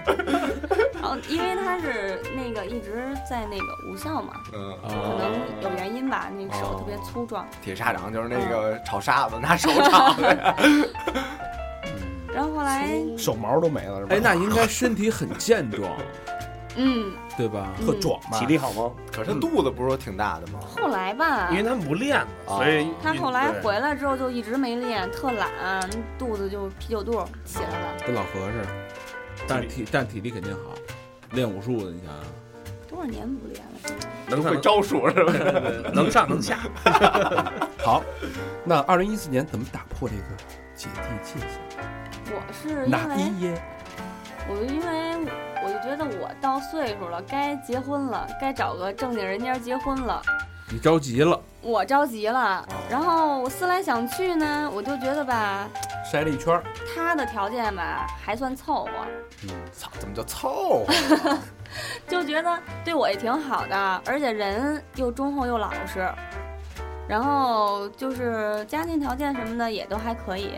S6: 然后哦因为他是那个一直在那个无效嘛，可
S5: 啊
S6: 能有原因吧，那个手
S2: 哦
S6: 特别粗壮。
S4: 铁砂掌就是那个炒沙子，拿手炒的呀。
S6: 然后后来，
S2: 手毛都没了是吧？
S5: 哎，那应该身体很健壮，
S6: 嗯，
S5: 对吧？
S2: 特壮吧？
S3: 体力好吗？
S4: 可是他肚子不是说挺大的吗？
S6: 后来吧，
S3: 因为他们不练嘛，所以
S4: 哦
S6: 他后来回来之后就一直没练，特懒，肚子就啤酒肚儿起来了。
S2: 跟老何似的，
S5: 但是体但体力肯定好，练武术的你想啊想。
S6: 多少年不练了？
S3: 能
S4: 会
S3: 上
S4: 招数是吧？
S3: 能上能下，
S2: 那二零一四年怎么打破这个姐弟界限？
S6: 我是因
S2: 哪
S6: 为
S2: 一耶？
S6: 我就因为我就觉得我到岁数了，该结婚了，该找个正经人家结婚了。
S5: 你着急了，
S6: 我着急了，
S2: 哦
S6: 然后我思来想去呢，我就觉得吧，
S2: 筛了一圈儿，
S6: 他的条件吧还算凑合，
S4: 操，啊怎么就凑合？
S6: 就觉得对我也挺好的，而且人又忠厚又老实，然后就是家庭条件什么的也都还可以，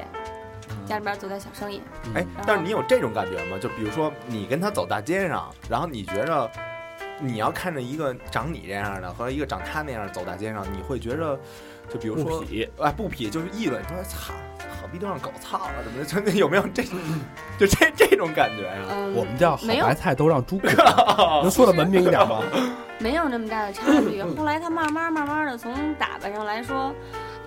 S2: 嗯
S6: 家里边做点小生意，
S4: 哎，但是你有这种感觉吗？就比如说你跟他走大街上，然后你觉着你要看着一个长你这样的和一个长他那样走大街上，你会觉着，就比如说，
S5: 痞，
S4: 哎，不痞就是议论，说操，好逼都让狗操了，怎么的？就有没有这，就这这种感觉啊呀、
S6: 嗯，
S2: 我们叫好
S6: 没有
S2: 白菜都让猪啃， 能说的文明一点吗？
S6: 没有那么大的差 距。后来他慢慢慢慢的从打扮上来说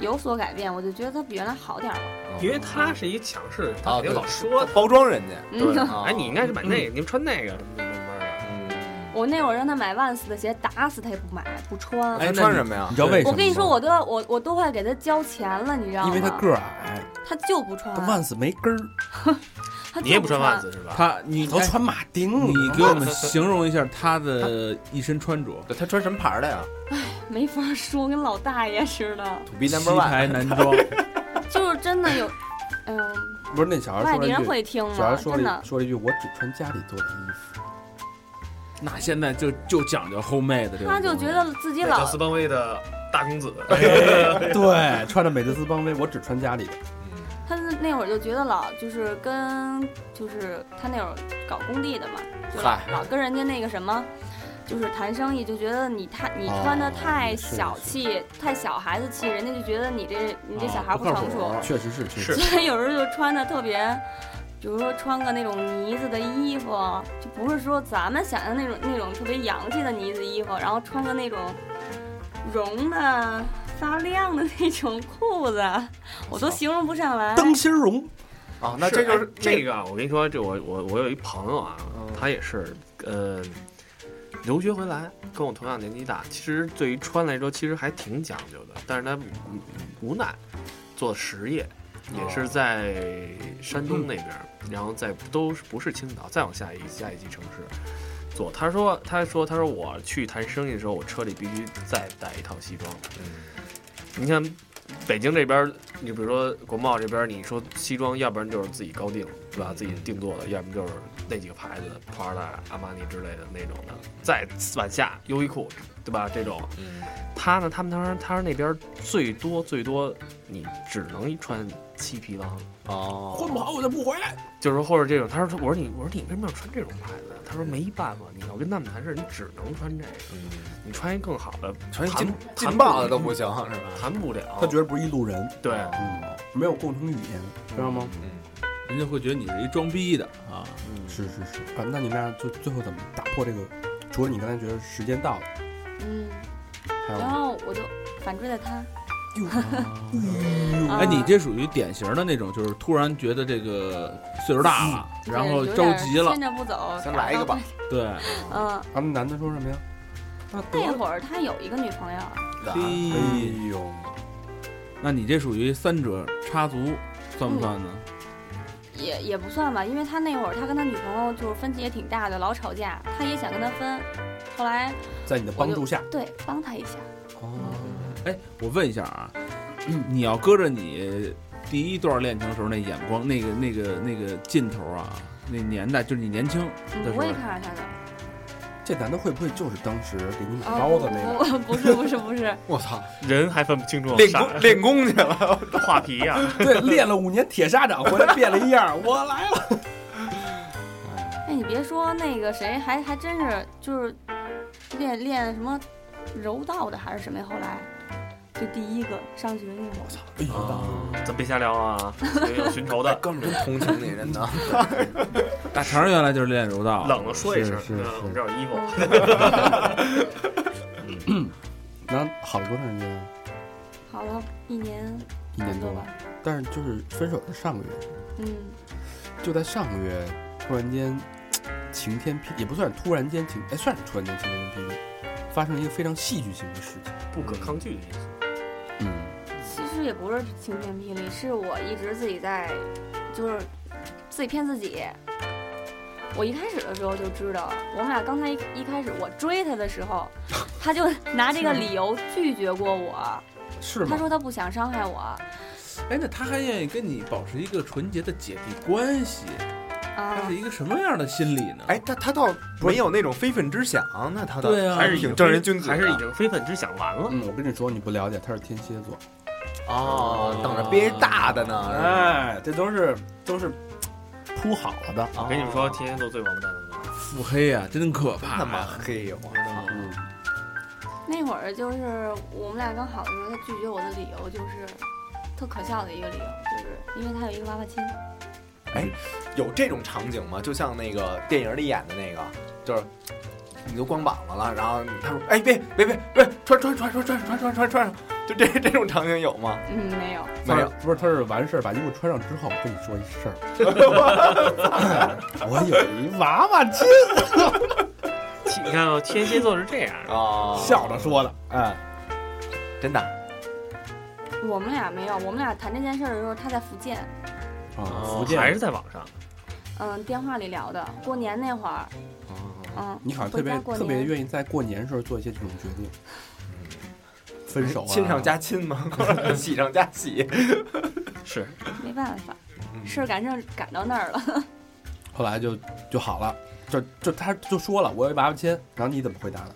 S6: 有所改变，我就觉得他比原来好点儿了。
S3: 因为他是一强势，他肯定老说
S4: 包装人家，
S6: 嗯，
S4: 啊
S3: 哎，你应该是买那个，你们穿那个什么慢慢的。
S4: 嗯，
S6: 我那会儿让他买万斯的鞋，打死他也不买不穿。
S4: 哎，穿什么呀
S2: 你？知道为什么
S6: 我
S2: 吗？
S6: 跟你说，我都要我我都快给他交钱了，你知道吗？
S2: 因为他个儿矮，
S6: 他就不穿
S2: 他，万斯没根儿，
S6: 他就
S3: 你也不
S6: 穿
S3: 穿袜，子是吧？
S5: 他你
S2: 都
S5: 哎
S2: 穿马丁。
S5: 你给我们形容一下他的一身穿着，
S4: 对他穿什么牌儿的呀？
S6: 没法说，跟老大爷似的，
S4: 土 B
S5: 西
S4: number one。
S5: 牌男装，
S6: 就是真的有，嗯、
S2: 不是那小孩
S6: 外
S2: 说了
S6: 地
S2: 一
S6: 人
S2: 句，
S6: 会听
S2: 小孩
S6: 吗？
S2: 说
S6: 真
S2: 了
S6: 的
S2: 一，说了一句，我只穿家里做的衣服。
S5: 那现在就就讲究 homemade
S2: 嗯
S5: 这个东西，
S6: 他就觉得自己
S3: 美特
S6: 老
S3: 斯邦威的大公子，
S2: 对，穿着美特斯邦威，我只穿家里的。
S6: 他那会儿就觉得老就是跟就是他那会儿搞工地的嘛，就老
S4: 嗨
S6: 老跟人家那个什么，就是谈生意，就觉得你太你穿的
S2: 哦
S6: 太
S2: 是
S6: 小气、太小孩子气，人家就觉得你这你这小孩
S5: 啊
S6: 不
S5: 不
S6: 成
S5: 靠谱
S6: 熟，
S2: 确实是，确实
S3: 是
S2: 是
S6: 所以有时候就穿着特别。 比如说穿个那种呢子的衣服，就不是说咱们想象那种那种特别洋气的呢子衣服，然后穿个那种绒的发亮的那种裤子， 我都形容不上来。
S2: 灯芯儿绒。
S4: 啊，那嗯这就是
S3: 哎这个啊！我跟你说，这我我我有一朋友啊，他也是，呃，留学回来，跟我同样年纪大，其实对于穿来说，其实还挺讲究的，但是他无无奈做实业，也
S4: 哦
S3: 是在山
S4: 嗯
S3: 东那边，然后在都是不是青岛，再往下一下一级城市。做他说，他说，他说我去谈生意的时候，我车里必须再带一套西装。你看，北京这边儿，你比如说国贸这边儿，你说西装，要不然就是自己高定，对吧？自己定做的，要不然就是那几个牌子的，普拉达、阿玛尼之类的那种的。再往下，优衣库，对吧？这种，
S4: 嗯
S3: 他呢，他们当时他说那边儿最多最多，你只能穿漆皮狼，
S4: 哦，
S2: 混不好我就不回来。
S3: 就是或者这种。他说，我说你，我说你为什么要穿这种牌子？啊他说没办法，你要跟他们谈事，你只能穿这个，
S4: 嗯，
S3: 你穿一更好的，
S4: 穿一
S3: 谈
S4: 劲
S3: 谈
S4: 劲
S3: 不
S4: 爆的
S3: 了，
S4: 都不行是吧？
S3: 谈不了。
S2: 他觉得不是一路人，
S3: 对，
S2: 嗯，没有共同语言，知道吗？
S4: 嗯，
S5: 人家会觉得你是一装逼的啊。
S2: 是是是啊，那你们俩就最后怎么打破这个？除了你刚才觉得时间到了，
S6: 嗯，
S2: 还有
S6: 然后我就反追了他。啊
S5: 哎，你这属于典型的那种，就是突然觉得这个岁数大了，
S6: 嗯对
S5: 然后
S6: 有
S5: 着
S6: 点
S5: 急了
S6: 牵，着不走，
S4: 先来一个吧。
S5: 对，
S6: 嗯，
S2: 他们男的说什么呀？那得
S6: 那会儿他有一个女朋友，
S3: 嗯
S4: 啊
S5: 嘿
S2: 哎呦，
S5: 那你这属于三者插足，算不算呢？
S6: 也也不算吧，因为他那会儿他跟他女朋友就是分歧也挺大的，老吵架，他也想跟他分，后来
S2: 在你的帮助下，
S6: 对帮他一下，
S2: 哦，
S5: 哎，我问一下啊，你要搁着你第一段恋情时候那眼光，那个那个那个劲头啊，那年代就是你年轻
S6: 嗯
S5: 的时
S6: 不会
S5: 候，
S6: 看上他的。
S2: 这男的会不会就是当时给你买
S6: 啊
S2: 包子那个？
S6: 不不不是不是不是，
S4: 我操，
S3: 人还分不清楚
S4: 练
S3: 啥啊
S4: 功练功去了，
S3: 画皮呀、
S2: 对，练了五年铁砂掌，回来变了一样，我来了。
S6: 哎，你别说那个谁，还还真是就是练练什么柔道的还是什么呀，后来就第一个上学那会儿，
S2: 哎
S3: 啊
S2: 呦，
S3: 咱别瞎聊啊，有寻仇的，
S4: 哥们儿真同情那人呢。
S5: 大肠儿原来就是练柔道，
S3: 哎冷了说一声，
S2: 是是
S3: 嗯
S2: 是
S3: 我们这儿有衣服。
S6: 哦
S2: 那好了多长时间啊？
S6: 好了一年
S2: 一年多
S6: 多
S2: 吧
S6: 吧。，
S2: 但是就是分手是上个月，
S6: 嗯，
S2: 就在上个月，突然间晴天霹，也不算是突然间晴，哎，算是突然间晴天霹雳，发生了一个非常戏剧性的事情。
S3: 不可抗拒的因素。
S2: 嗯，
S6: 其实也不是晴天霹雳，是我一直自己在，就是自己骗自己。我一开始的时候就知道，我们俩刚才一一开始我追他的时候，他就拿这个理由拒绝过我，
S2: 是
S6: 他
S2: 吗？
S6: 说他不想伤害我啊。
S5: 哎，那他还愿意跟你保持一个纯洁的姐弟关系，他
S6: 啊
S5: 是一个什么样的心理呢？
S4: 哎，，他他倒没有那种非分之想，那他倒
S5: 对啊，
S3: 还是已经
S4: 挺正人君子的，
S3: 还是已经非分之想完了。
S2: 嗯，我跟你说，你不了解，他是天蝎座。
S4: 哦，等着憋大的呢。是
S3: 哎
S4: 吧，
S2: 这都是都是铺好了的。
S3: 我跟你们
S4: 哦
S3: 说，天蝎座最王八蛋的了。
S5: 腹黑啊，真可怕
S4: 那么
S5: 呀、
S4: 黑哟，我操
S2: 嗯，
S6: 那会儿就是我们俩刚好的时候，他拒绝我的理由就是特可笑的一个理由，就是因为他有一个娃娃亲。
S4: 有这种场景吗？就像那个电影里演的那个，就是你都光膀子了，然后他说：“哎，别别别别，穿穿穿穿穿穿穿穿穿上。”就这这种场景有吗？
S6: 嗯，没有。
S4: 没有，
S2: 不是，他是完事儿把衣服穿上之后，我跟你说一事 哎儿，我有一娃娃亲，
S3: 你看啊，天蝎座是这样的，
S4: 啊，
S2: 笑着说的，哎
S4: 嗯，真的
S6: 我们俩没有，我们俩谈这件事儿的时候，他在福建，
S2: 啊，
S3: 哦
S2: 福建
S3: 还是在网上。
S6: 嗯，电话里聊的。过年那会儿，嗯，
S2: 你好像特别
S6: 回家过
S2: 特别
S6: 年
S2: 愿意在过年时候做一些这种决定，分手啊，
S4: 亲上加 亲嘛，喜上加喜。
S3: 是，
S6: 没办法，事儿赶事儿赶到那儿了。
S2: 后来就就好了，就就他就说了我有一娃娃亲，然后你怎么回答的？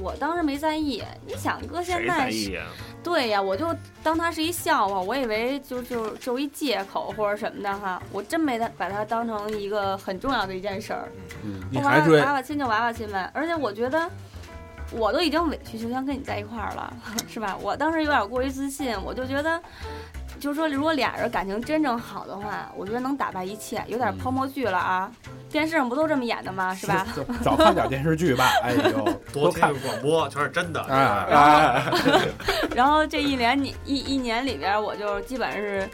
S6: 我当时没在意，你想哥现
S3: 谁
S6: 在
S3: 在
S6: 是
S3: 意啊？
S6: 对呀，我就当他是一笑话，我以为就就就一借口或者什么的哈，我真没他把他当成一个很重要的一件事儿。
S2: 嗯，
S5: 你
S6: 娃娃
S5: 还追
S6: 娃娃亲就娃娃亲呗，而且我觉得。我都已经委曲求全跟你在一块儿了， 是吧？我当时有点过于自信，我就觉得，就说如果俩人感情真正好的话，我觉得能打败一切，有点泡沫剧了啊！电视上不都这么演的吗？是吧？
S2: 就？就早看点电视剧吧，哎 呦，多看
S3: 个广播，全是真的
S2: 哎
S4: 哎，
S6: 然后这一年你一一年里边，我就基本上是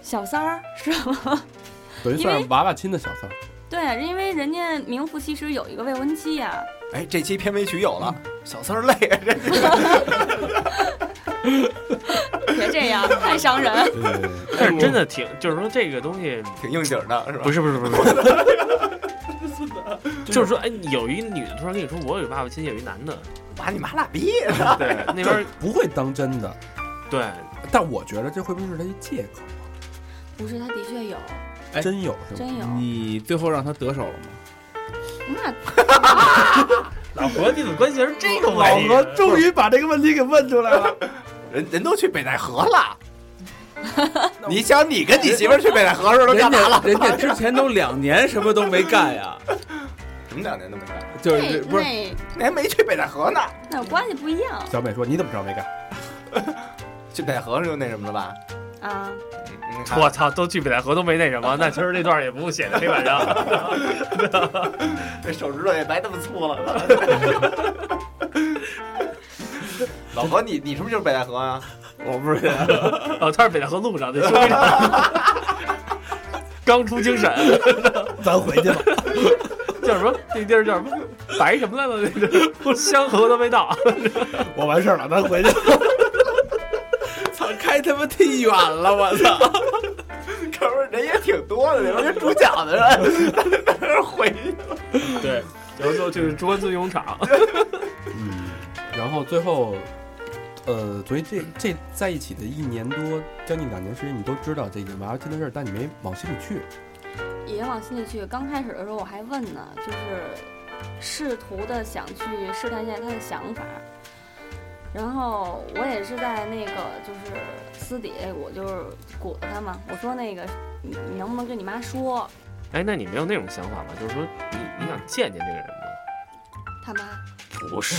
S6: 小三儿，是吗？
S2: 等于算是娃娃亲的小三儿，
S6: 对，啊因为人家名副其实有一个未婚妻啊呀、
S4: 哎，这期片尾曲有了，小三儿累，
S6: 别这 样，太伤人。
S3: 但是真的挺，就是说这个东西
S4: 挺应景的，是吧？
S3: 不是不是不是不是， 就是说哎，有一女的突然跟你说我有爸爸亲戚，有一男的，
S4: 把你妈拉逼，
S3: 对，那边儿
S2: 不会当真的。
S3: 对，
S2: 但我觉得这会不会是他一借口啊？
S6: 不是，他的确有，
S5: 哎
S2: 真有是吗？
S6: 真有。
S5: 你最后让他得手了吗？
S6: 那
S3: 老何你怎么关系是这个
S2: 老何终于把这个问题给问出来了。
S4: 人人都去北戴河了。你想，你跟你媳妇儿去北戴河的时候都干嘛了？
S5: 人家之前都两年什么都没干呀，
S4: 什么两年都没干，
S5: 就
S6: 那
S5: 是不是
S6: 那
S4: 你还没去北戴河呢。
S6: 那关系不一样
S2: 小美说：“你怎么知道没干？
S4: 去北戴河就那什么了吧？
S6: 啊。
S4: 嗯
S3: 我操，都去北戴河都没那什么，那其实这段也不写在黑板上。
S4: 这手指头也白那么 粗了。老何，你你是不是就是北戴河啊？
S5: 我不是
S3: 哦，他是北戴河路上的修理厂，刚出京沈，
S2: 咱回去吧。
S3: 叫什么？那地儿叫什么？白什么来了？那地儿香河都没到。
S2: 我完事儿了，咱回去。
S5: 操，开他妈忒远了，我操！
S4: 可是人也挺多的，人家主角的人在 那儿回去。
S3: 对，然后最后就是中关村游泳场。”
S2: 嗯，然后最后，呃，所以这这在一起的一年多，将近两年时间，你都知道这个娃娃亲的事儿，但你没往心里去。
S6: 也往心里去。刚开始的时候我还问呢，就是试图的想去试探一下他的想法。然后我也是在那个就是私底下，我就是鼓捣他嘛，我说那个你你能不能跟你妈说
S3: 哎，那你没有那种想法吗？就是说你你想见见这个人吗？
S6: 他妈
S3: 不是，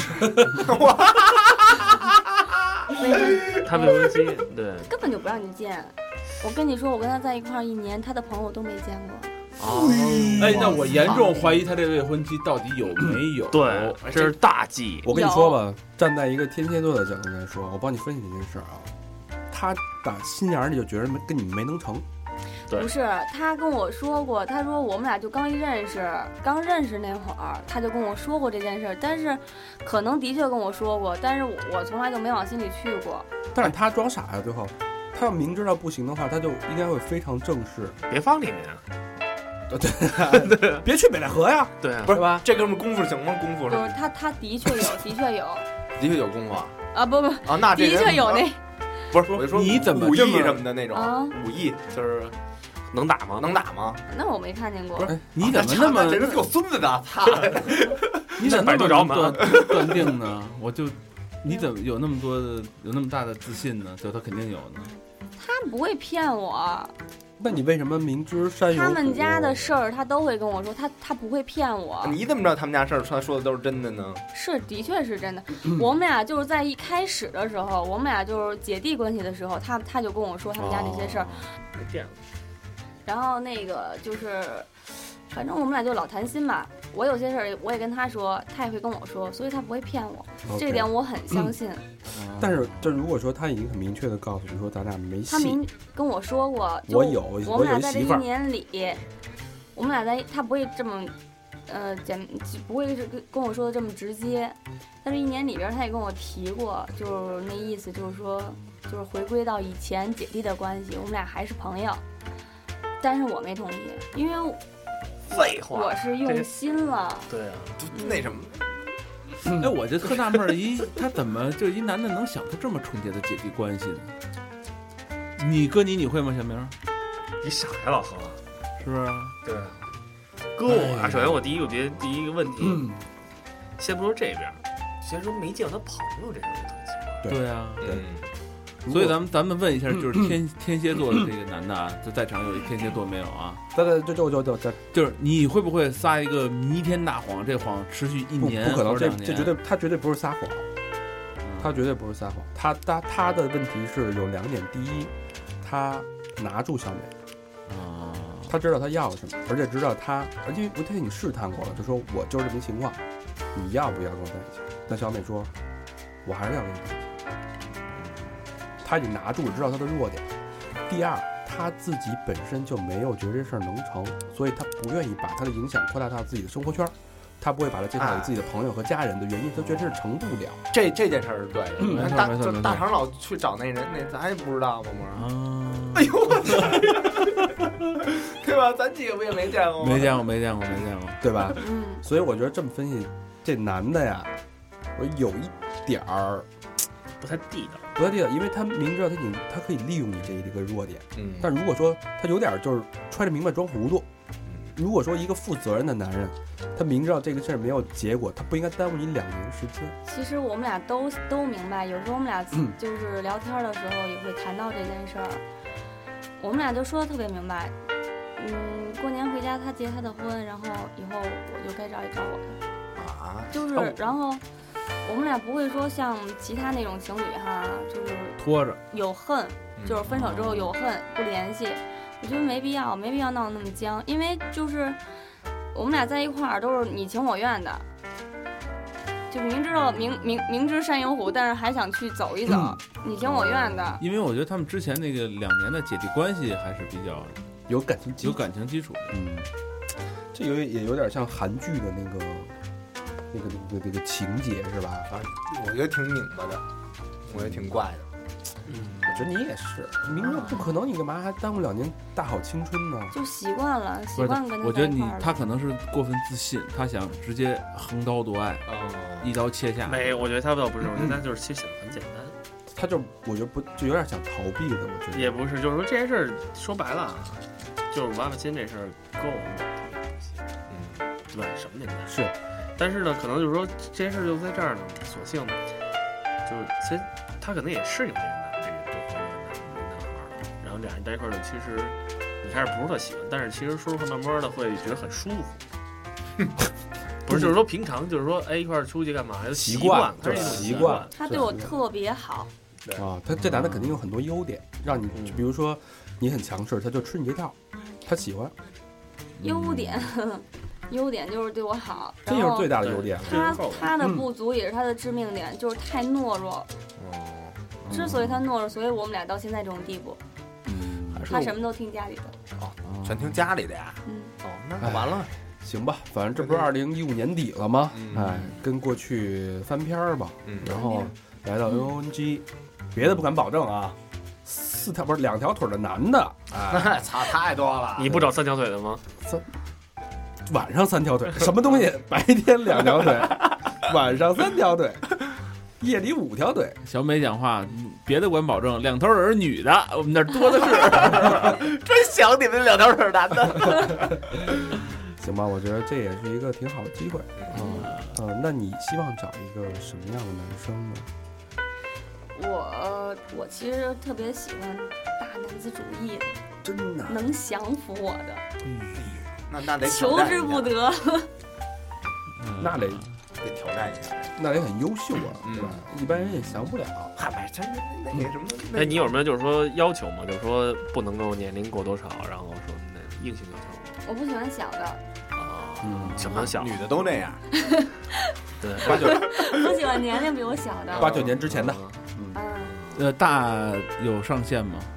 S6: 未婚
S3: 他未婚妻，对，
S6: 根本就不让你见。我跟你说，我跟他在一块儿一年，他的朋友都没见过。
S3: 哦，
S5: 哎，那我严重怀疑他这未婚妻到底有没有？
S3: 嗯对，这是大忌。
S2: 我跟你说吧，站在一个天蝎座的角度来说，我帮你分析这件事儿啊。他打心眼儿里就觉得没跟你没能成，
S3: 对
S6: 不是，他跟我说过，他说我们俩就刚一认识，刚认识那会儿，他就跟我说过这件事儿，但是可能的确跟我说过，但是我我从来就没往心里去过。
S2: 但是他装傻呀、最后，他要明知道不行的话，他就应该会非常正式。
S3: 别放里面啊。
S2: 别去北戴河呀！
S3: 对啊，
S4: 不是吧？这哥们儿功夫行吗？功夫
S6: 就是
S4: 吧
S6: 是他他的确有，的确有
S4: 的确有功夫啊。
S6: 啊，不不，
S4: 啊，那这
S6: 的
S4: 人
S6: 确有那
S4: 不是？我就说
S5: 你怎么
S4: 武艺
S5: 这么
S4: 什么的那种
S6: 啊，
S4: 武艺就是啊
S3: 能打吗？
S4: 能打吗？
S6: 那我没看见过。
S5: 哎，你 怎么那
S4: 啊这
S5: 么
S4: 人够孙子的？ 操！
S5: 你怎么
S3: 百度着我们啊
S5: 断断定呢？ 我就你怎么有那么多的有那么大的自信呢？就他肯定有呢。
S6: 他不会骗我，
S2: 那你为什么明知山有
S6: 他们
S2: 虎
S6: 家的事儿他都会跟我说，他他不会骗我，
S4: 啊你怎么知道他们家事儿他说的都是真的呢？
S6: 是的确是真的。我们俩就是在一开始的时候，我们俩就是姐弟关系的时候，他他就跟我说他们家那些事儿，
S3: 没见过。
S6: 然后那个就是，反正我们俩就老谈心吧。我有些事儿我也跟他说，他也会跟我说，所以他不会骗我，这点我很相信。
S2: 嗯但是，这如果说他已经很明确的告诉你说咱俩没
S6: 他
S2: 戏，
S6: 明跟我说过，就
S2: 我有
S6: 我
S2: 我
S6: 们
S2: 有
S6: 俩
S2: 一
S6: 在这
S2: 媳
S6: 一
S2: 妇儿，
S6: 年里，我们俩在他不会这么呃，简就不会是跟跟我说的这么直接，但是一年里边儿他也跟我提过，就是那意思就是说，就是回归到以前姐弟的关系，我们俩还是朋友，但是我没同意，因为
S3: 废话
S6: 我，是用心了，
S3: 对啊，
S4: 就那什么，
S5: 哎，我就特纳闷儿，一他怎么就一男的能想出这么纯洁的姐弟关系呢？你哥你你会吗，小明？
S3: 你傻呀，老何，
S5: 是不是？
S3: 对啊，哥我啊，首先我第一，我觉得第一个问题，
S2: 嗯
S3: 先不说这边儿，先说没见过他朋友这个问题，
S2: 对
S5: 对啊，
S4: 嗯，
S5: 所以咱们咱们问一 下，就是天天蝎座的这个男的啊，就在场有一天蝎座没有啊？
S2: 咱咱就就就就这
S5: 就是你会不会撒一个弥天大谎？这谎持续一
S2: 不
S5: 年
S2: 不可能，
S5: 或者
S2: 这
S5: 两年，
S2: 这绝对他绝对不是撒谎，他绝对不是撒谎。他他他的问题是有两点，第一，他拿住小美，
S5: 啊，
S2: 他知道他要什么，而且知道他，而且我对你试探过了，就说我就是这么情况，你要不要跟我在一起？那小美说，我还是要跟你在一起。他已经拿住了，知道他的弱点。第二，他自己本身就没有觉得这事儿能成，所以他不愿意把他的影响扩大到自己的生活圈儿，他不会把他介绍给自己的朋友和家人的原因，他觉得这是成不了。
S4: 这这件事儿是对的。
S5: 嗯
S4: 那
S5: 没错
S4: 大
S5: 没错
S4: 就
S5: 没错
S4: 大肠老去找那人，那咱也不知道吗？不是，
S5: 啊
S4: 哎呦我 操，对吧？咱几个不也没见过吗？
S5: 没见过没见过没见过，
S2: 对吧？
S6: 嗯，
S2: 所以我觉得这么分析，这男的呀，我有一点儿
S3: 不太地道。
S2: 不太地道，因为他明知道他已经他可以利用你这一个弱点，
S4: 嗯，
S2: 但如果说他有点儿就是揣着明白装糊涂，如果说一个负责任的男人，他明知道这个事儿没有结果，他不应该耽误你两年时间。
S6: 其实我们俩都都明白，有时候我们俩
S2: 嗯
S6: 就是聊天的时候也会谈到这件事儿，我们俩就说的特别明白。嗯，过年回家他结他的婚，然后以后我就该找一找我的，
S4: 啊，
S6: 就是、
S4: 哦
S6: 然后我们俩不会说像其他那种情侣哈，就是
S5: 拖着
S6: 有恨，
S4: 嗯
S6: 就是分手之后有恨不联系，我觉得没必要，没必要闹那么僵，因为就是我们俩在一块儿都是你情我愿的，就明知道明明明知山有虎，但是还想去走一走， 你情我愿的。
S5: 因为我觉得他们之前那个两年的姐弟关系还是比较
S2: 有感情基
S5: 有
S2: 础，
S5: 感情基础的。
S2: 嗯，这有也有点像韩剧的那个那个那个那个情节是吧？
S4: 反正我觉得挺拧巴的，我觉得挺怪的。
S2: 我觉得你也是，明知道不可能，你干嘛还耽误两年大好青春呢？
S6: 就习惯了，习
S5: 不是
S6: 惯跟，他
S5: 我觉得
S6: 在一
S5: 你
S6: 块儿了。
S5: 他可能是过分自信，他想直接横刀夺爱，
S4: 哦，
S5: 一刀切下。
S3: 没，我觉得他倒不是，我觉得他就是其实想的很简单，
S2: 他就我觉得不就有点想逃避的，我觉得
S3: 也不是，就是说这件事儿说白了啊，就是挖挖心这事儿跟我们俩特别有关系
S4: 嗯，
S3: 对吧？什么年代？啊
S2: 是
S3: 但是呢，可能就是说这件事儿就在这儿呢，索性就是其实他可能也适应这个男这个这个男孩儿了，然后俩人在一块儿，其实你开始不是特喜欢，但是其实说说慢慢的会觉得很舒服。 不是，就是说平常，就是说，哎，一块儿出去干嘛？就
S2: 习
S3: 惯
S2: 惯
S3: 了，它是一种
S2: 对习
S3: 习
S2: 惯
S3: 惯。
S6: 他对我特别好，
S2: 啊，他这男的肯定有很多优点，让你就比如说你很强势，他就吃你这套，他喜欢，
S6: 优点， 优点就是对我好。
S2: 这
S6: 然
S2: 就是
S6: 后
S2: 最大的
S3: 对
S2: 优点了。
S6: 他
S3: 这够了
S6: 他的
S2: 嗯
S6: 不足也是他的致命点，就是太懦弱。
S4: 哦，
S6: 之所以他懦弱，所以我们俩到现在这种地步。
S4: 嗯还是
S6: 他
S4: 我
S6: 什么都听家里的，
S4: 全听家里的呀？
S6: 嗯，
S4: 哦，那完了，
S2: 行吧，反正这不是二零一五年底了吗？
S4: 嗯
S2: 哎，跟过去翻篇儿吧，
S4: 嗯
S2: 然后来到 NONG，别的不敢保证啊，四条不是两条腿的男的，哎，
S4: 那操太多了。
S3: 你不找三条腿的吗？
S2: 晚上三条腿，什么东西？白天两条腿，晚上三条腿，夜里五条腿，
S5: 小美讲话，别的我敢保证，两头人是女的，我们那儿多 的是。
S4: 真想你们两条腿男的。
S2: 行吧？我觉得这也是一个挺好的机会。
S6: 嗯
S2: 呃，那你希望找一个什么样的男生呢？
S6: 我我其实特别喜欢大男子主义，
S2: 真的
S6: 能降服我的，
S4: 那那得挑
S6: 求
S4: 战一下
S6: 之不，得。
S2: 那得
S4: 得挑战一下。
S2: 那得很优秀啊，
S4: 嗯
S2: 对吧？一般人也降不了。
S4: 嗨，买真那嗯那什么？
S3: 哎，你有什么就是说要求吗？就是说不能够年龄过多少，然后说那硬性要求
S6: 我不喜欢小的，
S3: 啊，
S2: 嗯，
S3: 什么小？
S4: 女的都 那样。
S3: 对，
S2: 八九
S6: 我喜欢年龄比我小的。
S2: 八九年之前的，
S6: 嗯，
S5: 呃，大有上限吗？
S4: 嗯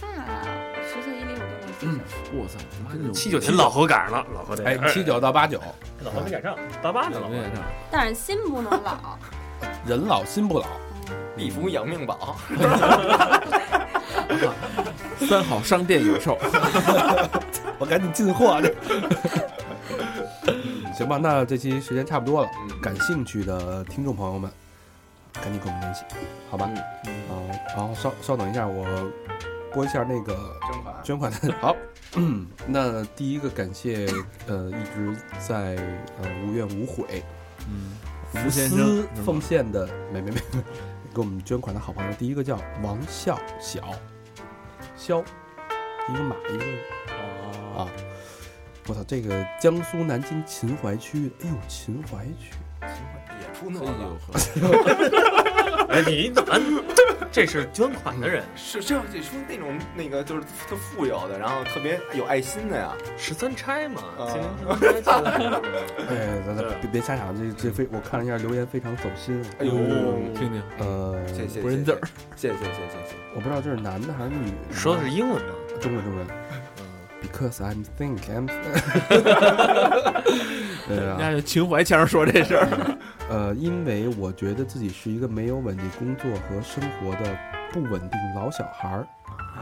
S6: 大十岁以里我都能接受。
S5: 我操，妈牛逼！
S3: 七九年老何赶上了，老何得
S2: 哎，七九到八九，
S7: 老何没赶上，
S3: 八八呢，
S5: 对
S3: 老
S5: 对
S3: 何
S5: 对
S6: 但是心不能 老。
S2: 人老心不老，
S4: 一服养命宝，
S5: 三好商店有售，
S2: 我赶紧进货 去。行吧，那这期时间差不多了，
S4: 嗯
S2: 感兴趣的听众朋友们，赶紧跟我们联系，好吧？啊，然后稍稍等一下，我拨一下那个
S4: 捐款，
S2: 捐款的。好，嗯，那第一个感谢呃一直在呃无怨无悔
S5: 嗯，
S2: 无
S5: 先生
S2: 私
S5: 是吗
S2: 奉献的，没没没没，给我们捐款的好朋友，第一个叫王笑小，肖，一个马一个啊，我操，这个江苏南京秦淮区的，哎呦秦淮区，
S4: 也出那
S5: 哎呦
S4: 个，
S5: 呵，
S3: 哎，你怎么？这是捐款的人，
S4: 是是要得出那种那个就是特富有的，然后特别有爱心的呀，
S3: 十三钗嘛，
S4: 啊
S3: 天天天天天
S2: 哎，咱咱别别瞎想，这这非我看了一下留言非常走心啊，
S4: 哎呦，
S5: 听啊听，
S2: 呃，
S4: 谢谢，
S2: 不认字儿，
S4: 谢谢，谢谢谢谢谢
S2: 我不知道这是男的还是女的，
S3: 说的是英文吗？
S2: 中文中文。Because I'm think I'm，对
S5: 人
S2: 啊，
S5: 家就秦淮腔说这事儿，
S2: 呃，因为我觉得自己是一个没有稳定工作和生活的不稳定老小孩儿，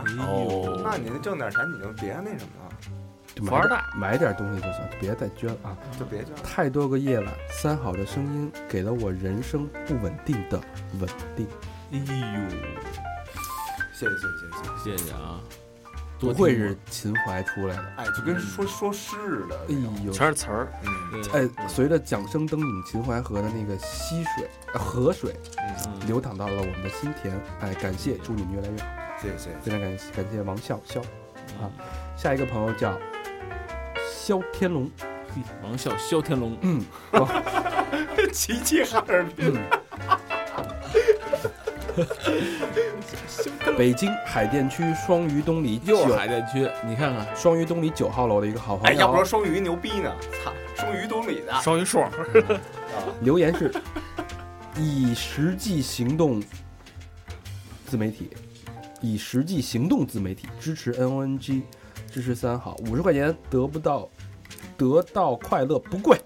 S4: 谢，哎那
S3: 哦，
S4: 你挣点钱你就别那什么了，
S2: 就
S3: 富
S2: 买
S3: 二
S2: 点
S3: 代
S2: 买点东西就行，别再捐啊！
S4: 就别捐了。
S2: 太多个夜晚，三好的声音给了我人生不稳定的稳定，
S5: 哎呦，
S4: 谢谢谢谢谢谢，
S5: 谢谢啊，
S2: 不
S5: 多
S2: 会
S5: 听
S2: 是秦淮出来的，
S4: 哎，就跟说说诗似的
S2: 哎，呦！
S3: 全是词儿，
S4: 嗯
S5: 我对，
S2: 哎，随着桨声灯影秦淮河的那个溪水、呃河水
S4: 嗯，
S5: 嗯
S2: 流淌到了我们的心田，哎，感谢，祝你们越来越好。
S4: 谢谢谢谢，
S2: 非常感谢感谢王笑笑啊，下一个朋友叫肖天龙，
S5: 嘿王笑萧天龙，
S2: 嗯，
S4: 琪琪哈尔滨，
S2: 北京海淀区双榆东里
S5: 又
S2: 九
S5: 是海淀区，你看看，
S2: 双榆东里九号楼的一个好
S4: 哎，
S2: 朋
S4: 要不说
S2: 友，
S4: 双鱼牛逼呢，操，双鱼懂理的，
S3: 双鱼硕，
S2: 留言是以实际行动自媒体，以实际行动自媒体支持 NNG，支持三好，五十块钱得不到得到快乐不贵。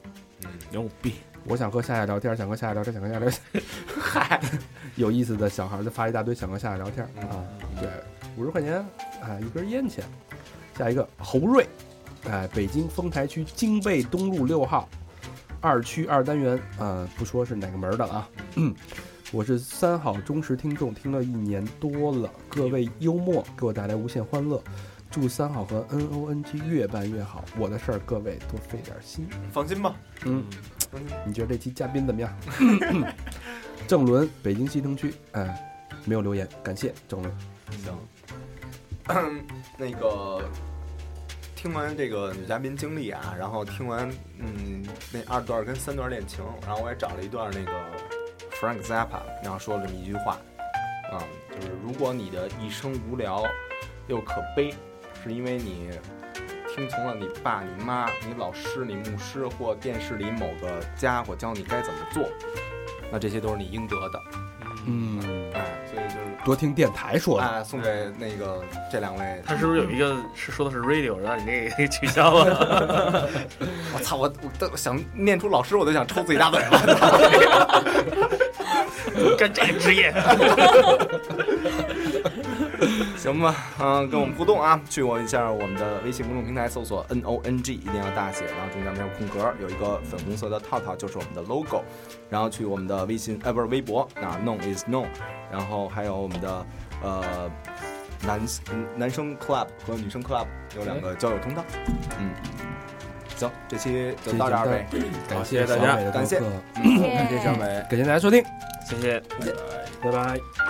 S4: 嗯
S5: 牛逼，
S2: 我想和夏夏聊天，想和夏夏聊天，想和夏夏聊天。 嗨，有意思的小孩儿就发一大堆想和夏夏聊天啊，对，五十块钱啊，一根烟钱。下一个侯瑞，哎，北京丰台区京贝东路六号二区二单元，啊，不说是哪个门儿的了啊。 我是三好忠实听众，听了一年多了，各位幽默给我带来无限欢乐。祝三好和 N O N G 越办越好，我的事儿各位多费点心。
S4: 放心吧，
S2: 嗯，你觉得这期嘉宾怎么样？ 郑伦，北京西城区，哎，没有留言，感谢郑伦。
S4: 行， 那个。听完这个女嘉宾经历啊，然后听完嗯那二段跟三段恋情，然后我也找了一段那个 Frank Zappa，然后说了这么一句话，嗯，就是如果你的一生无聊又可悲，是因为你听从了你爸、你妈、你老师、你牧师或电视里某个家伙教你该怎么做，那这些都是你应得的。
S2: 嗯，啊
S4: 哎，所以就是
S2: 多听电台说的。
S4: 哎，送给那个这两位。
S3: 他是不是有一个是说的是 radio，让你那个 给取消了？
S4: 我 操，我我都想念出老师，我都想抽自己大嘴巴。
S3: 干这个职业，
S4: 行吧，嗯，跟我们互动啊，去我一下我们的微信公众平台搜索 N O N G，一定要大写，然后中间没有空格，有一个粉红色的套套就是我们的 logo，然后去我们的微信，呃，不是微博，啊，known is known，然后还有我们的呃男男生 club 和女生 club 有两个交友通道，嗯，行，这期就到这儿嗯呗，
S2: 感
S5: 谢谢大
S2: 小
S5: 家
S2: 美的
S4: 感谢
S2: 做客
S6: 谢
S4: 感谢小美。
S2: 感谢大家收听，
S3: 谢谢。
S2: 拜拜。